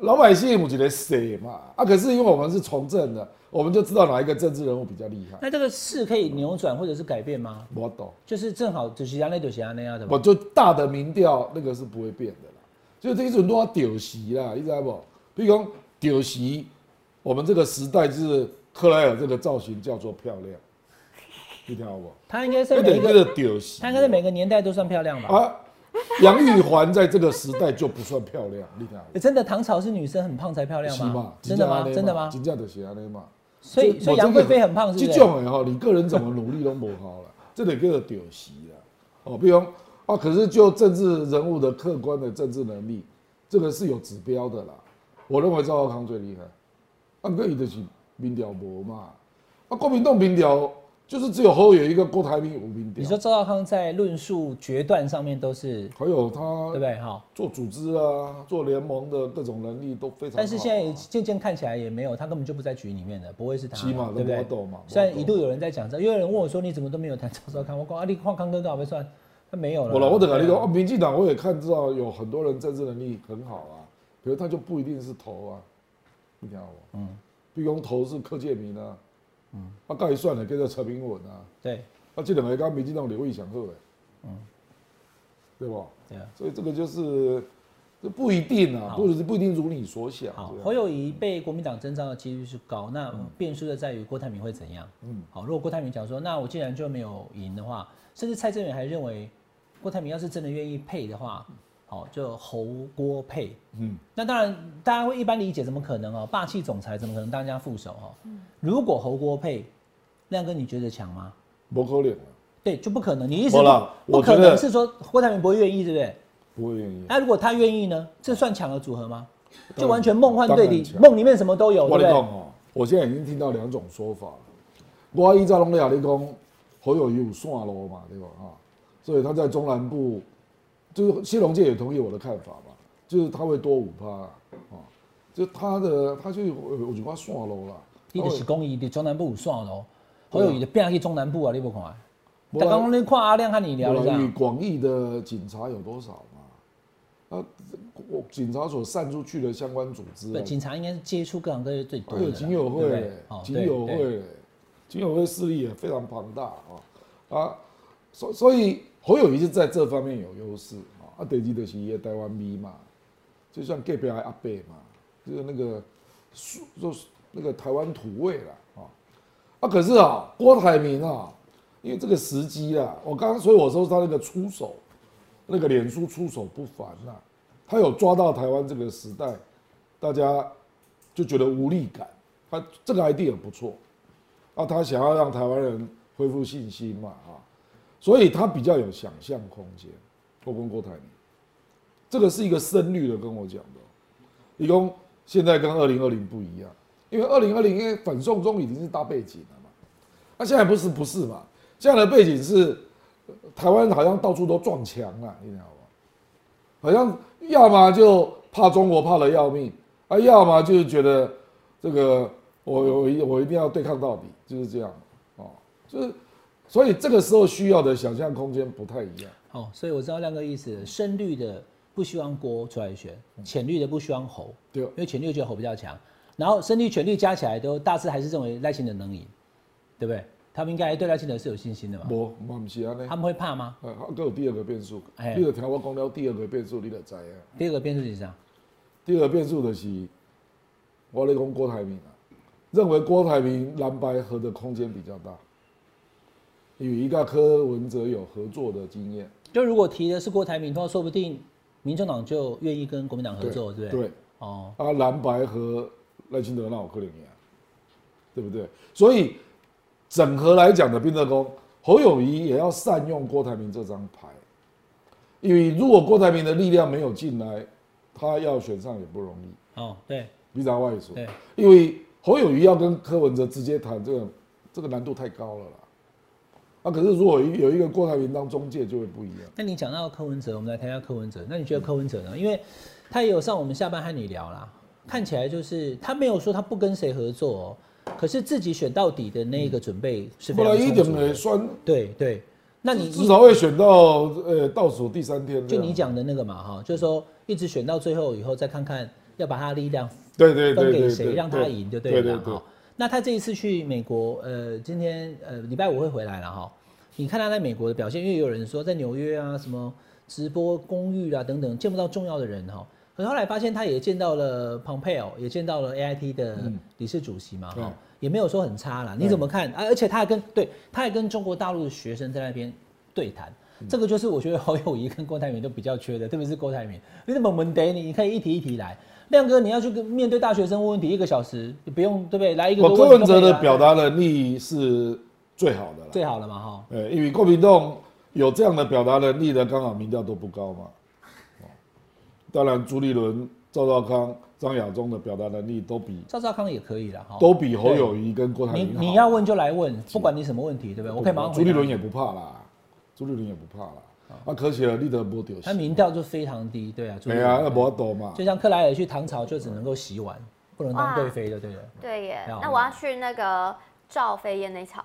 Speaker 3: 老百姓有一个谁嘛？啊，可是因为我们是从政的，我们就知道哪一个政治人物比较厉害。
Speaker 2: 那这个事可以扭转或者是改变吗？
Speaker 3: 我懂。
Speaker 2: 就是正好就是安内就是安内啊，对吧
Speaker 3: 我？就大的民调那个是不会变的啦，就这一种都要丢席啦，你知道不？比如讲丢席，我们这个时代就是克莱尔这个造型叫做漂亮， 你听好不？
Speaker 2: 他应该
Speaker 3: 那
Speaker 2: 是每
Speaker 3: 等
Speaker 2: 一
Speaker 3: 于这
Speaker 2: 个，
Speaker 3: 个丢席，
Speaker 2: 他应该是每个年代都算漂亮吧？
Speaker 3: 啊，杨玉环在这个时代就不算漂亮，你看，
Speaker 2: 欸真的唐朝是女生很胖才漂亮
Speaker 3: 是
Speaker 2: 吗
Speaker 3: 嘛？？
Speaker 2: 真的吗？
Speaker 3: 这样
Speaker 2: 真的吗？
Speaker 3: 真正就是安尼嘛。
Speaker 2: 所以
Speaker 3: 这
Speaker 2: 所以杨贵妃很胖是不
Speaker 3: 这
Speaker 2: 是？
Speaker 3: 种的吼，你个人怎么努力都不好了，这得叫做丢席啦。哦，比如讲啊，可是就政治人物的客观的政治能力，这个是有指标的啦。我认为赵少康最厉害，啊，个伊就是民调无嘛，啊，国民党民调就是只有侯友一个郭台铭有民调，
Speaker 2: 你说周道康在论述决断上面都是
Speaker 3: 还
Speaker 2: 对不
Speaker 3: 有他
Speaker 2: 对？哈，
Speaker 3: 做组织啊，做联盟的各种能力都非常好啊。
Speaker 2: 但是现在也渐渐看起来也没有，他根本就不在局里面的，不会是他
Speaker 3: 起码
Speaker 2: 对不
Speaker 3: 都没
Speaker 2: 对？
Speaker 3: 斗嘛，
Speaker 2: 虽然一度有人在讲这，因为有人问我说你怎么都没有谈周道康，我讲啊，你矿康哥搞不算，他没有了。
Speaker 3: 我老我等下你
Speaker 2: 对
Speaker 3: 说
Speaker 2: 啊
Speaker 3: 哦，民进党我也看到有很多人政治能力很好啊，可是他就不一定是头啊，你听我，嗯，毕恭头是柯建明啊，嗯，啊，盖算了，跟着陈明文啊，
Speaker 2: 对
Speaker 3: 啊，这两个跟民进党刘意祥好诶，嗯，对吧？
Speaker 2: 对啊。
Speaker 3: 所以这个就是这不一定啊，不不一定如你所想，
Speaker 2: 好，
Speaker 3: 这
Speaker 2: 侯
Speaker 3: 样
Speaker 2: 友谊被国民党征召的几率是高，那
Speaker 3: 嗯
Speaker 2: 变数的在于郭台铭会怎样。嗯，好，如果郭台铭讲说，那我既然就没有赢的话，甚至蔡正元还认为，郭台铭要是真的愿意配的话，
Speaker 3: 嗯
Speaker 2: 好，就侯郭配。嗯，那当然，大家会一般理解，怎么可能哦？霸气总裁怎么可能当家副手哦？如果侯郭配，亮哥你觉得强吗？
Speaker 3: 不可能啊，
Speaker 2: 对，就不可能。你意思
Speaker 3: 没啦
Speaker 2: 不不
Speaker 3: 我
Speaker 2: 可
Speaker 3: 觉
Speaker 2: 能
Speaker 3: 得
Speaker 2: 是说郭台铭不会愿意，对不对？
Speaker 3: 不会愿意。啊
Speaker 2: 那、如果他愿意呢？这算强的组合吗？
Speaker 3: 然
Speaker 2: 就完全梦幻对
Speaker 3: 当然
Speaker 2: 比，
Speaker 3: 强
Speaker 2: 梦里面什么都有，对不
Speaker 3: 我跟你讲
Speaker 2: 对？
Speaker 3: 哦，我现在已经听到两种说法了。我依照拢咧你讲，侯友谊有线路嘛，对吧？啊，所以他在中南部，就是西龙界也同意我的看法嘛，就是他会多五趴啊，就他的他就有有一寡线路啦。
Speaker 2: 你就是讲伊伫中南部有算咯，侯
Speaker 3: 对啊
Speaker 2: 友谊的变去中南部啊，你不看？
Speaker 3: 没
Speaker 2: 但
Speaker 3: 啦
Speaker 2: 刚刚你看阿亮和你聊
Speaker 3: 我
Speaker 2: 了这
Speaker 3: 来与
Speaker 2: 样，
Speaker 3: 广义的警察有多少嘛？啊，我警察所散出去的相关组织、啊
Speaker 2: 对，，警察应该是接触各行各业最多
Speaker 3: 还
Speaker 2: 的啦，啊
Speaker 3: 有警友
Speaker 2: 对
Speaker 3: 会
Speaker 2: 不对
Speaker 3: 嘞
Speaker 2: 哦，
Speaker 3: 警
Speaker 2: 对
Speaker 3: 友
Speaker 2: 对
Speaker 3: 会嘞，警友会势力也非常庞大啊啊，所所以侯友谊是在这方面有优势啊。啊，第二就是伊的台湾咪嘛，就像隔壁的阿伯嘛，就是那个苏就是那个台湾土味啦啊啊，可是啊，郭台铭啊，因为这个时机啊，我刚刚所以我说他那个出手，那个脸书出手不凡呐、他有抓到台湾这个时代，大家就觉得无力感。他这个 idea 不错，啊，他想要让台湾人恢复信心嘛，啊，所以他比较有想象空间。我跟郭台铭，这个是一个深绿的跟我讲的哦，理工现在跟二零二零不一样，因为二零二零因为反送中已经是大背景了嘛，那、现在不是不是嘛？现在的背景是呃台湾好像到处都撞墙啊，你知道吗？好像要么就怕中国怕的要命，啊，要么就是觉得这个我我一我一定要对抗到底，就是这样哦，就是所以这个时候需要的想象空间不太一样。
Speaker 2: 哦，所以我知道亮哥意思了，深绿的不希望郭出来选，浅绿的不希望侯，
Speaker 3: 嗯对
Speaker 2: 因为浅绿觉得侯比较强，然后深绿浅绿加起来都大致还是认为赖清德能赢，对不对？他们应该对赖清德是有信心的嘛？
Speaker 3: 无，嘛不是安尼
Speaker 2: 他，们会怕吗？
Speaker 3: 呃，还有第二个变数
Speaker 2: 哎，
Speaker 3: 你就听我讲了第二个变数，你就知啊。
Speaker 2: 第二个变数是啥？
Speaker 3: 第二个变数就是，我咧讲郭台铭啊，认为郭台铭蓝白合的空间比较大，因为伊甲柯文哲有合作的经验，
Speaker 2: 就如果提的是郭台铭的话，说不定民众党就愿意跟国民党合作，对不对？
Speaker 3: 对。
Speaker 2: 哦，
Speaker 3: 啊，蓝白和赖清德那我可怜呀，对不对？所以整合来讲的，变成功侯友谊也要善用郭台铭这张牌，因为如果郭台铭的力量没有进来，他要选上也不容易。
Speaker 2: 哦，对
Speaker 3: 你知道外说，
Speaker 2: 对，
Speaker 3: 因为侯友谊要跟柯文哲直接谈，这个这个难度太高了啦。啊，可是如果有一个郭台铭当中介，就会不一样。
Speaker 2: 那你讲到柯文哲，我们来谈一下柯文哲。那你觉得柯文哲呢？因为他也有上我们下班和你聊啦，看起来就是他没有说他不跟谁合作、哦，可是自己选到底的那个准备是非
Speaker 3: 嗯不
Speaker 2: 常
Speaker 3: 然一
Speaker 2: 充足
Speaker 3: 点会
Speaker 2: 的。
Speaker 3: 酸，
Speaker 2: 对对，那你
Speaker 3: 至少会选到呃倒数第三天这
Speaker 2: 就
Speaker 3: 样。
Speaker 2: 你讲的那个嘛哈，就是说一直选到最后以后，再看看要把他的力量
Speaker 3: 对对
Speaker 2: 分
Speaker 3: 对
Speaker 2: 给
Speaker 3: 对
Speaker 2: 谁，
Speaker 3: 对，
Speaker 2: 让他赢就对
Speaker 3: 对
Speaker 2: 了
Speaker 3: 对
Speaker 2: 啦哈。那他这一次去美国，呃，今天呃礼拜五会回来了哈。你看他在美国的表现，因为有人说在纽约啊，什么直播公寓啊等等，见不到重要的人哈。可是后来发现他也见到了 Pompeo，也见到了 AIT 的理事主席嘛哈、
Speaker 3: 嗯对
Speaker 2: 也没有说很差啦。你怎么看？啊、而且他还跟对，他还跟中国大陆的学生在那边对谈。
Speaker 3: 嗯
Speaker 2: 这个就是我觉得侯友谊跟郭台铭都比较缺的，特别是郭台铭，你怎么问得你，你可以一题一题来。亮哥，你要去跟面对大学生问问题，一个小时你不用对不对？来一个
Speaker 3: 我
Speaker 2: 多
Speaker 3: 柯
Speaker 2: 问
Speaker 3: 文
Speaker 2: 题
Speaker 3: 哲
Speaker 2: 都可以
Speaker 3: 的
Speaker 2: 啊
Speaker 3: 表达能力是最好的啦。
Speaker 2: 最好了嘛哈。
Speaker 3: 呃，因为郭民栋有这样的表达能力的，刚好民调都不高嘛。哦当然，朱立伦、赵少康、张亚中的表达能力都比
Speaker 2: 赵少康也可以了哈，
Speaker 3: 都比侯友谊跟郭台
Speaker 2: 你
Speaker 3: 铭啊
Speaker 2: 哦
Speaker 3: 好。
Speaker 2: 你要问就来问，不管你什么问题，对不对？我可以马上回答
Speaker 3: 朱
Speaker 2: 啊哦
Speaker 3: 立伦也不怕啦，朱立伦也不怕啦。啊，可惜了，立德波丢
Speaker 2: 他民调就非常低，对啊，朱立
Speaker 3: 没
Speaker 2: 伦
Speaker 3: 啊，那不多嘛
Speaker 2: 就。像克莱尔去唐朝就只能够洗碗，不能当贵妃的，对不对？
Speaker 4: 对耶
Speaker 2: 那好，
Speaker 4: 那我要去那个赵飞燕那一槽，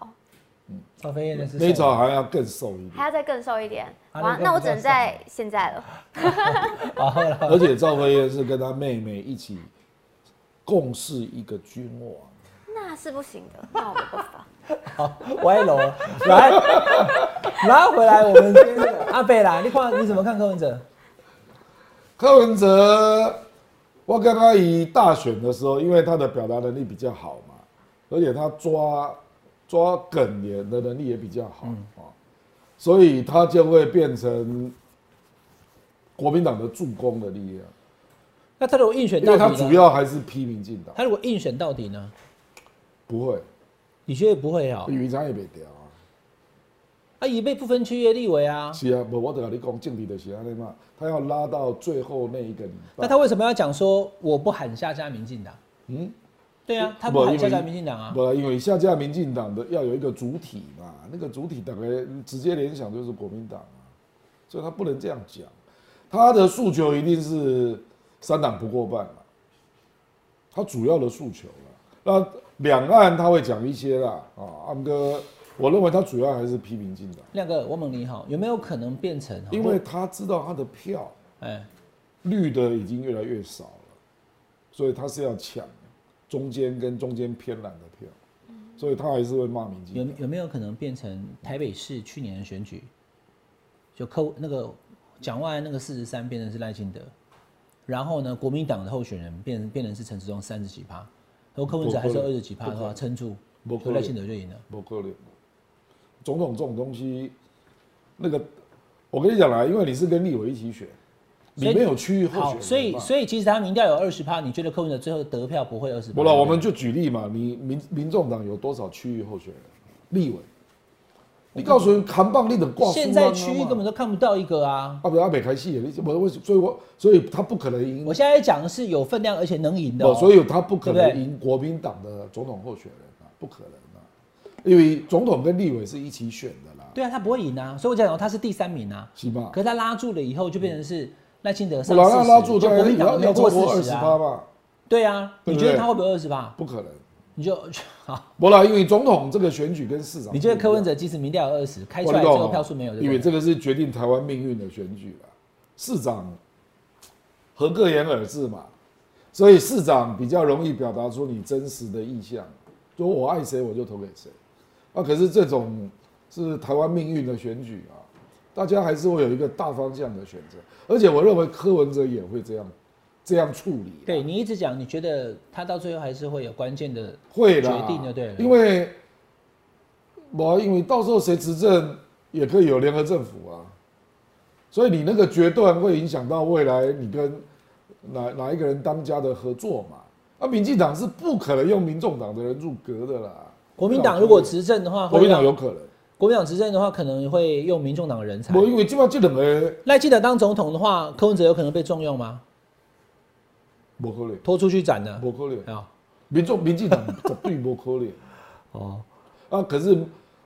Speaker 2: 赵飞燕的是
Speaker 3: 那一
Speaker 2: 谁
Speaker 3: 招还要更瘦一点，
Speaker 4: 还要再更瘦一点。
Speaker 2: 啊
Speaker 4: 哇
Speaker 2: 那，个
Speaker 4: 那我
Speaker 2: 比
Speaker 4: 只
Speaker 2: 较
Speaker 4: 能在现在了。
Speaker 3: 而且赵飞燕是跟她妹妹一起共事一个君王。
Speaker 4: 那是不行的，那我没办法。
Speaker 2: 好， 歪楼了，来 拉回来，我们今天这个阿贝啦，你看你怎么看柯文哲？
Speaker 3: 柯文哲，我刚刚以大选的时候，因为他的表达能力比较好嘛，而且他抓抓梗也的能力也比较好啊、所以他就会变成国民党的助攻的力量，
Speaker 2: 那他如果硬选
Speaker 3: 因为
Speaker 2: 到
Speaker 3: 他
Speaker 2: 底
Speaker 3: 主
Speaker 2: 呢？
Speaker 3: 要还是批民进党，
Speaker 2: 他如果硬选到底呢？
Speaker 3: 不会，
Speaker 2: 你觉得不会哦？
Speaker 3: 余章也别掉啊。
Speaker 2: 他已被不分区的立委啊，
Speaker 3: 是啊，不，我得你讲政治的是安尼嘛，他要拉到最后那一个礼拜。
Speaker 2: 那他为什么要讲说我不喊下架民进党？
Speaker 3: 嗯，
Speaker 2: 对啊，他
Speaker 3: 不
Speaker 2: 不喊
Speaker 3: 因
Speaker 2: 下
Speaker 3: 为
Speaker 2: 架民进党啊。
Speaker 3: 不，因为下架民进党的要有一个主体嘛，那个主体大概直接联想就是国民党啊，所以他不能这样讲，他的诉求一定是三党不过半嘛，他主要的诉求了。那两岸他会讲一些啦，啊，阿哥，我认为他主要还是批民进党，
Speaker 2: 亮哥，我问你哈，有没有可能变成？
Speaker 3: 因为他知道他的票
Speaker 2: 哎，
Speaker 3: 绿的已经越来越少了，所以他是要抢中间跟中间偏蓝的票，所以他还是会骂民进
Speaker 2: 有
Speaker 3: 党。
Speaker 2: 有没有可能变成台北市去年的选举，就扣那个蒋万安那个四十三变成是赖清德，然后呢，国民党的候选人变变成是陈时中三十几趴，然后柯文哲还是
Speaker 3: 不可
Speaker 2: 二
Speaker 3: 能
Speaker 2: 十几趴的
Speaker 3: 不可
Speaker 2: 话，
Speaker 3: 能
Speaker 2: 撑住，
Speaker 3: 不可
Speaker 2: 所以
Speaker 3: 能
Speaker 2: 赖清德就赢了。
Speaker 3: 不可能。总统这种东西，那个我跟你讲啦，因为你是跟立委一起选，
Speaker 2: 所以
Speaker 3: 你没有区域候选
Speaker 2: 好，
Speaker 3: 人
Speaker 2: 所以
Speaker 3: 嘛
Speaker 2: 所以其实他民调有二十趴，你觉得柯文哲最后得票不会二十？
Speaker 3: 不了，我们就举例嘛，你民民众党有多少区域候选人？立委，你告诉人扛棒立的挂啊
Speaker 2: 现在区域根本都看不到一个啊。
Speaker 3: 阿北阿北开戏，你我为所以我所以他不可能赢
Speaker 2: 我，现在讲的是有分量而且能赢的、哦，
Speaker 3: 所以他不
Speaker 2: 对
Speaker 3: 可
Speaker 2: 不
Speaker 3: 能
Speaker 2: 对
Speaker 3: 赢国民党的总统候选人啊，不可能啊，因为总统跟立委是一起选的啦，
Speaker 2: 对啊，他不会赢啊。所以我讲哦他是第三名啊。
Speaker 3: 是吧？
Speaker 2: 可是他拉住了以后，就变成是赖清德
Speaker 3: 不
Speaker 2: 上
Speaker 3: 然
Speaker 2: 四
Speaker 3: 他
Speaker 2: 十，
Speaker 3: 拉住
Speaker 2: 就
Speaker 3: 他，
Speaker 2: 国民
Speaker 3: 要
Speaker 2: 党没有
Speaker 3: 要
Speaker 2: 过
Speaker 3: 超过二
Speaker 2: 四
Speaker 3: 十
Speaker 2: 十
Speaker 3: 八
Speaker 2: 啊。
Speaker 3: 吧？
Speaker 2: 对啊，
Speaker 3: 对
Speaker 2: 你
Speaker 3: 不
Speaker 2: 觉
Speaker 3: 对
Speaker 2: 得他会不会二十八？
Speaker 3: 不可能，
Speaker 2: 你就 好，
Speaker 3: 不啦，因为总统这个选举跟市长不一样，
Speaker 2: 你觉得柯文哲即使民调有二十，开出
Speaker 3: 我跟
Speaker 2: 来
Speaker 3: 你
Speaker 2: 之
Speaker 3: 讲哦
Speaker 2: 后票数没有，对
Speaker 3: 因
Speaker 2: 不
Speaker 3: 为
Speaker 2: 对？
Speaker 3: 这个是决定台湾命运的选举啦。市长合各言而治嘛，所以市长比较容易表达出你真实的意向，说我爱谁我就投给谁。啊，可是这种是台湾命运的选举啊，大家还是会有一个大方向的选择，而且我认为柯文哲也会这样这样处理啊啦。
Speaker 2: 对你一直讲，你觉得他到最后还是会有关键的
Speaker 3: 会啦，
Speaker 2: 决定就对了
Speaker 3: 因为，我因为到时候谁执政也可以有联合政府啊，所以你那个决断会影响到未来你跟哪哪一个人当家的合作嘛。啊，民进党是不可能用民众党的人入阁的啦。
Speaker 2: 国民党如果
Speaker 3: 执，
Speaker 2: 执政的话，
Speaker 3: 国民党
Speaker 2: 啊会让
Speaker 3: 有可能，
Speaker 2: 国民党执政的话，可能会用民众党的人才。
Speaker 3: 我因为基本上这两个
Speaker 2: 赖清德当总统的话，柯文哲有可能被重用吗？
Speaker 3: 不可能，
Speaker 2: 拖出去斩呢？
Speaker 3: 不可能，
Speaker 2: 啊，
Speaker 3: 民众民进党绝对不可能。
Speaker 2: 哦，
Speaker 3: 啊，可是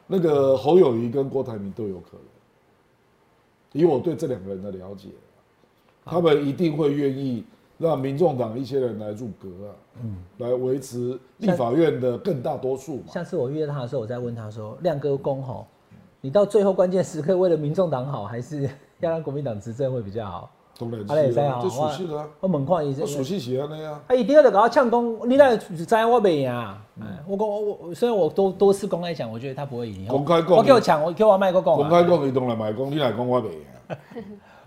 Speaker 3: 那个侯友谊跟郭台铭都有可能，以我对这两个人的了解，他们一定会愿意让民众党一些人来入阁啊，来维持立法院的更大多数嘛。
Speaker 2: 下次我遇到他的时候，我再问他说：“亮哥公吼，你到最后关键时刻为了民众党好，还是 要让国民党执政会比较好
Speaker 3: 当然
Speaker 2: 啊那也
Speaker 3: 是
Speaker 2: 知
Speaker 3: 啊
Speaker 2: 哦，
Speaker 3: 这属性啊，？”
Speaker 2: 我猛看一下哎
Speaker 3: 我，属性喜欢的呀。
Speaker 2: 他一定要得搞他呛公，你那知道我没赢啊！哎我讲我我虽然我多多次公开讲，我觉得他不会赢。
Speaker 3: 公开讲
Speaker 2: 我给我抢，我给我卖过
Speaker 3: 公
Speaker 2: 公
Speaker 3: 开
Speaker 2: 啊！
Speaker 3: 讲，伊当然买讲，你来讲我袂啊赢。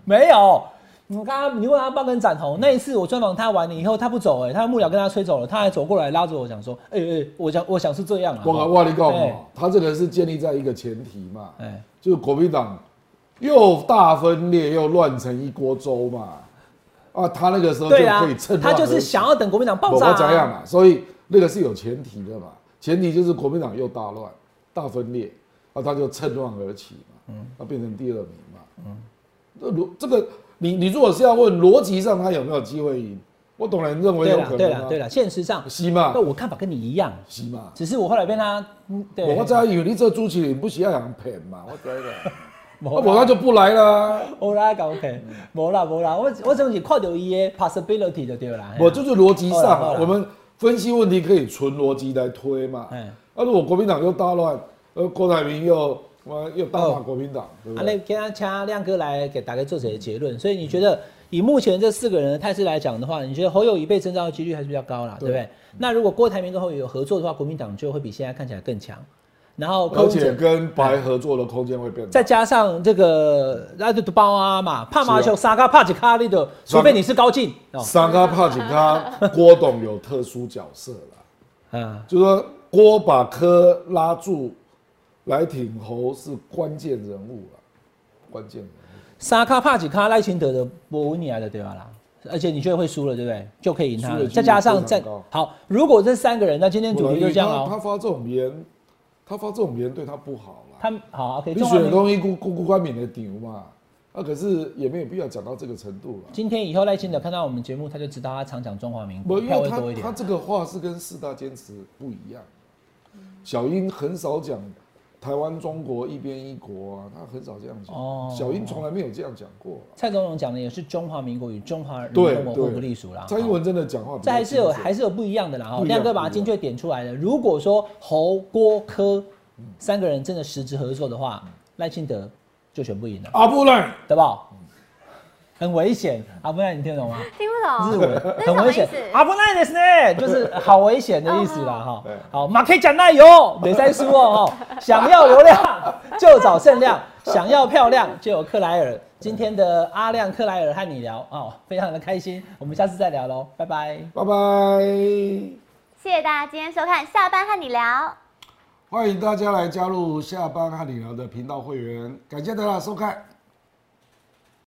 Speaker 2: 没有。你刚刚你问他帮跟展宏那一次，我专访他完了以后，他不走哎、他的幕僚跟他吹走了，他还走过来拉着我讲说，哎、哎、我想我想是这样啊，
Speaker 3: 我我跟你讲
Speaker 2: 对
Speaker 3: 哦，他这个是建立在一个前提嘛，
Speaker 2: 哎、
Speaker 3: 就是国民党又大分裂又乱成一锅粥嘛。啊，他那个时候就
Speaker 2: 对啊
Speaker 3: 可以趁，
Speaker 2: 他
Speaker 3: 乱
Speaker 2: 就是
Speaker 3: 而
Speaker 2: 想要等国民党爆
Speaker 3: 我
Speaker 2: 炸、
Speaker 3: 我这样
Speaker 2: 啊。
Speaker 3: 嘛，所以那个是有前提的嘛，前提就是国民党又大乱、大分裂，啊，他就趁乱而起嘛，嗯，啊，变成第二名嘛，嗯，那逻这个你你如果是要问逻辑上他有没有机会赢，我当然认为
Speaker 2: 对
Speaker 3: 有
Speaker 2: 了，
Speaker 3: 可
Speaker 2: 对
Speaker 3: 能
Speaker 2: 了，对
Speaker 3: 啊，
Speaker 2: 了，现实上，
Speaker 3: 是嘛
Speaker 2: 那，我看法跟你一样，
Speaker 3: 是嘛，
Speaker 2: 只是我后来被他，嗯对，
Speaker 3: 我知道以为你这朱启林不喜欢人骗 嘛，我知道，那
Speaker 2: 没
Speaker 3: 我他就不来啦，
Speaker 2: 无啦，搞 OK，无啦无啦，我我总是看到伊的 possibility 就对啦。
Speaker 3: 我就是逻辑上
Speaker 2: 好啦好
Speaker 3: 啊
Speaker 2: 啦，
Speaker 3: 我们分析问题可以纯逻辑来推嘛。
Speaker 2: 嗯
Speaker 3: 那如果国民党又大乱，呃，郭台铭又呃又大骂国民党，对不
Speaker 2: 啊，
Speaker 3: 对
Speaker 2: 那？今天请亮哥来给大家做些结论。所以你觉得以目前这四个人的态势来讲的话，你觉得侯友谊被征召的几率还是比较高啦，对
Speaker 3: 对
Speaker 2: 不对？那如果郭台铭跟侯友宜有合作的话，国民党就会比现在看起来更强。然后柯
Speaker 3: 而
Speaker 2: 文
Speaker 3: 且
Speaker 2: 哲
Speaker 3: 跟白合作的空间会变
Speaker 2: 再
Speaker 3: 大。
Speaker 2: 加上这个那就包啊嘛，帕麻球
Speaker 3: 是啊啊
Speaker 2: 沙卡帕吉卡利的，除非你是高进哦，
Speaker 3: 三咖帕景 咖，郭董有特殊角色啦，
Speaker 2: 嗯，
Speaker 3: 就说郭把柯拉住来挺侯是关键人物啦，关键人物。
Speaker 2: 沙卡帕吉卡赖清德的博文尼亚的啊对吧啦？而且你觉得会输了，对不对？就可以赢他
Speaker 3: 输
Speaker 2: 了。
Speaker 3: 了几率
Speaker 2: 再加上
Speaker 3: 非常
Speaker 2: 再
Speaker 3: 高
Speaker 2: 好，如果这三个人，那今天主题就这样
Speaker 3: 不然因为他
Speaker 2: 哦。
Speaker 3: 他发这种言，他发这种言对他不好啦。
Speaker 2: 他们好，OK，
Speaker 3: 你
Speaker 2: 欸中华
Speaker 3: 选
Speaker 2: 民
Speaker 3: 的东西顾顾顾冠冕的丢嘛，啊，可是也没有必要讲到这个程度了。
Speaker 2: 今天以后赖清德看到我们节目，他就知道他常讲中华民
Speaker 3: 不，
Speaker 2: 国，
Speaker 3: 因
Speaker 2: 哦票
Speaker 3: 为
Speaker 2: 会多一
Speaker 3: 他
Speaker 2: 点。
Speaker 3: 他
Speaker 2: 啊
Speaker 3: 这个话是跟四大坚持不一样。小英很少讲台湾中国一边一国啊，他很少这样讲。
Speaker 2: 哦
Speaker 3: 小英从来没有这样讲过啊、
Speaker 2: 蔡总统讲的也是中华民国与中华人
Speaker 3: 对
Speaker 2: 民共和国
Speaker 3: 对
Speaker 2: 不隶属啦。
Speaker 3: 蔡英文真的讲话比较
Speaker 2: 啊这还是有
Speaker 3: 精准
Speaker 2: 还是有不一样的啦。哦，
Speaker 3: 不一样
Speaker 2: 亮哥把它精确点出来了。如果说侯、郭、柯三个人真的实质合作的话，赖清德就选不赢了，
Speaker 3: 阿布赖
Speaker 2: 对吧？很危险，阿布奈，你听得懂吗？
Speaker 4: 听
Speaker 2: 日
Speaker 4: 不懂。
Speaker 2: 文
Speaker 4: 那是
Speaker 2: 很
Speaker 4: 什么
Speaker 2: 危
Speaker 4: 意
Speaker 2: 险
Speaker 4: 思，
Speaker 2: 阿布奈的是呢，就是好危险的意思啦哈
Speaker 3: 对。
Speaker 2: 好，马可以讲奈油，没再输哦哈。想要流量就找盛亮，想要漂亮就有克莱尔。今天的阿亮克莱尔和你聊哦，非常的开心，我们下次再聊喽，拜拜。
Speaker 3: 拜拜。
Speaker 4: 谢谢大家今天收看，下班和你聊。
Speaker 3: 欢迎大家来加入下班和理疗的频道会员，感谢大家的收看。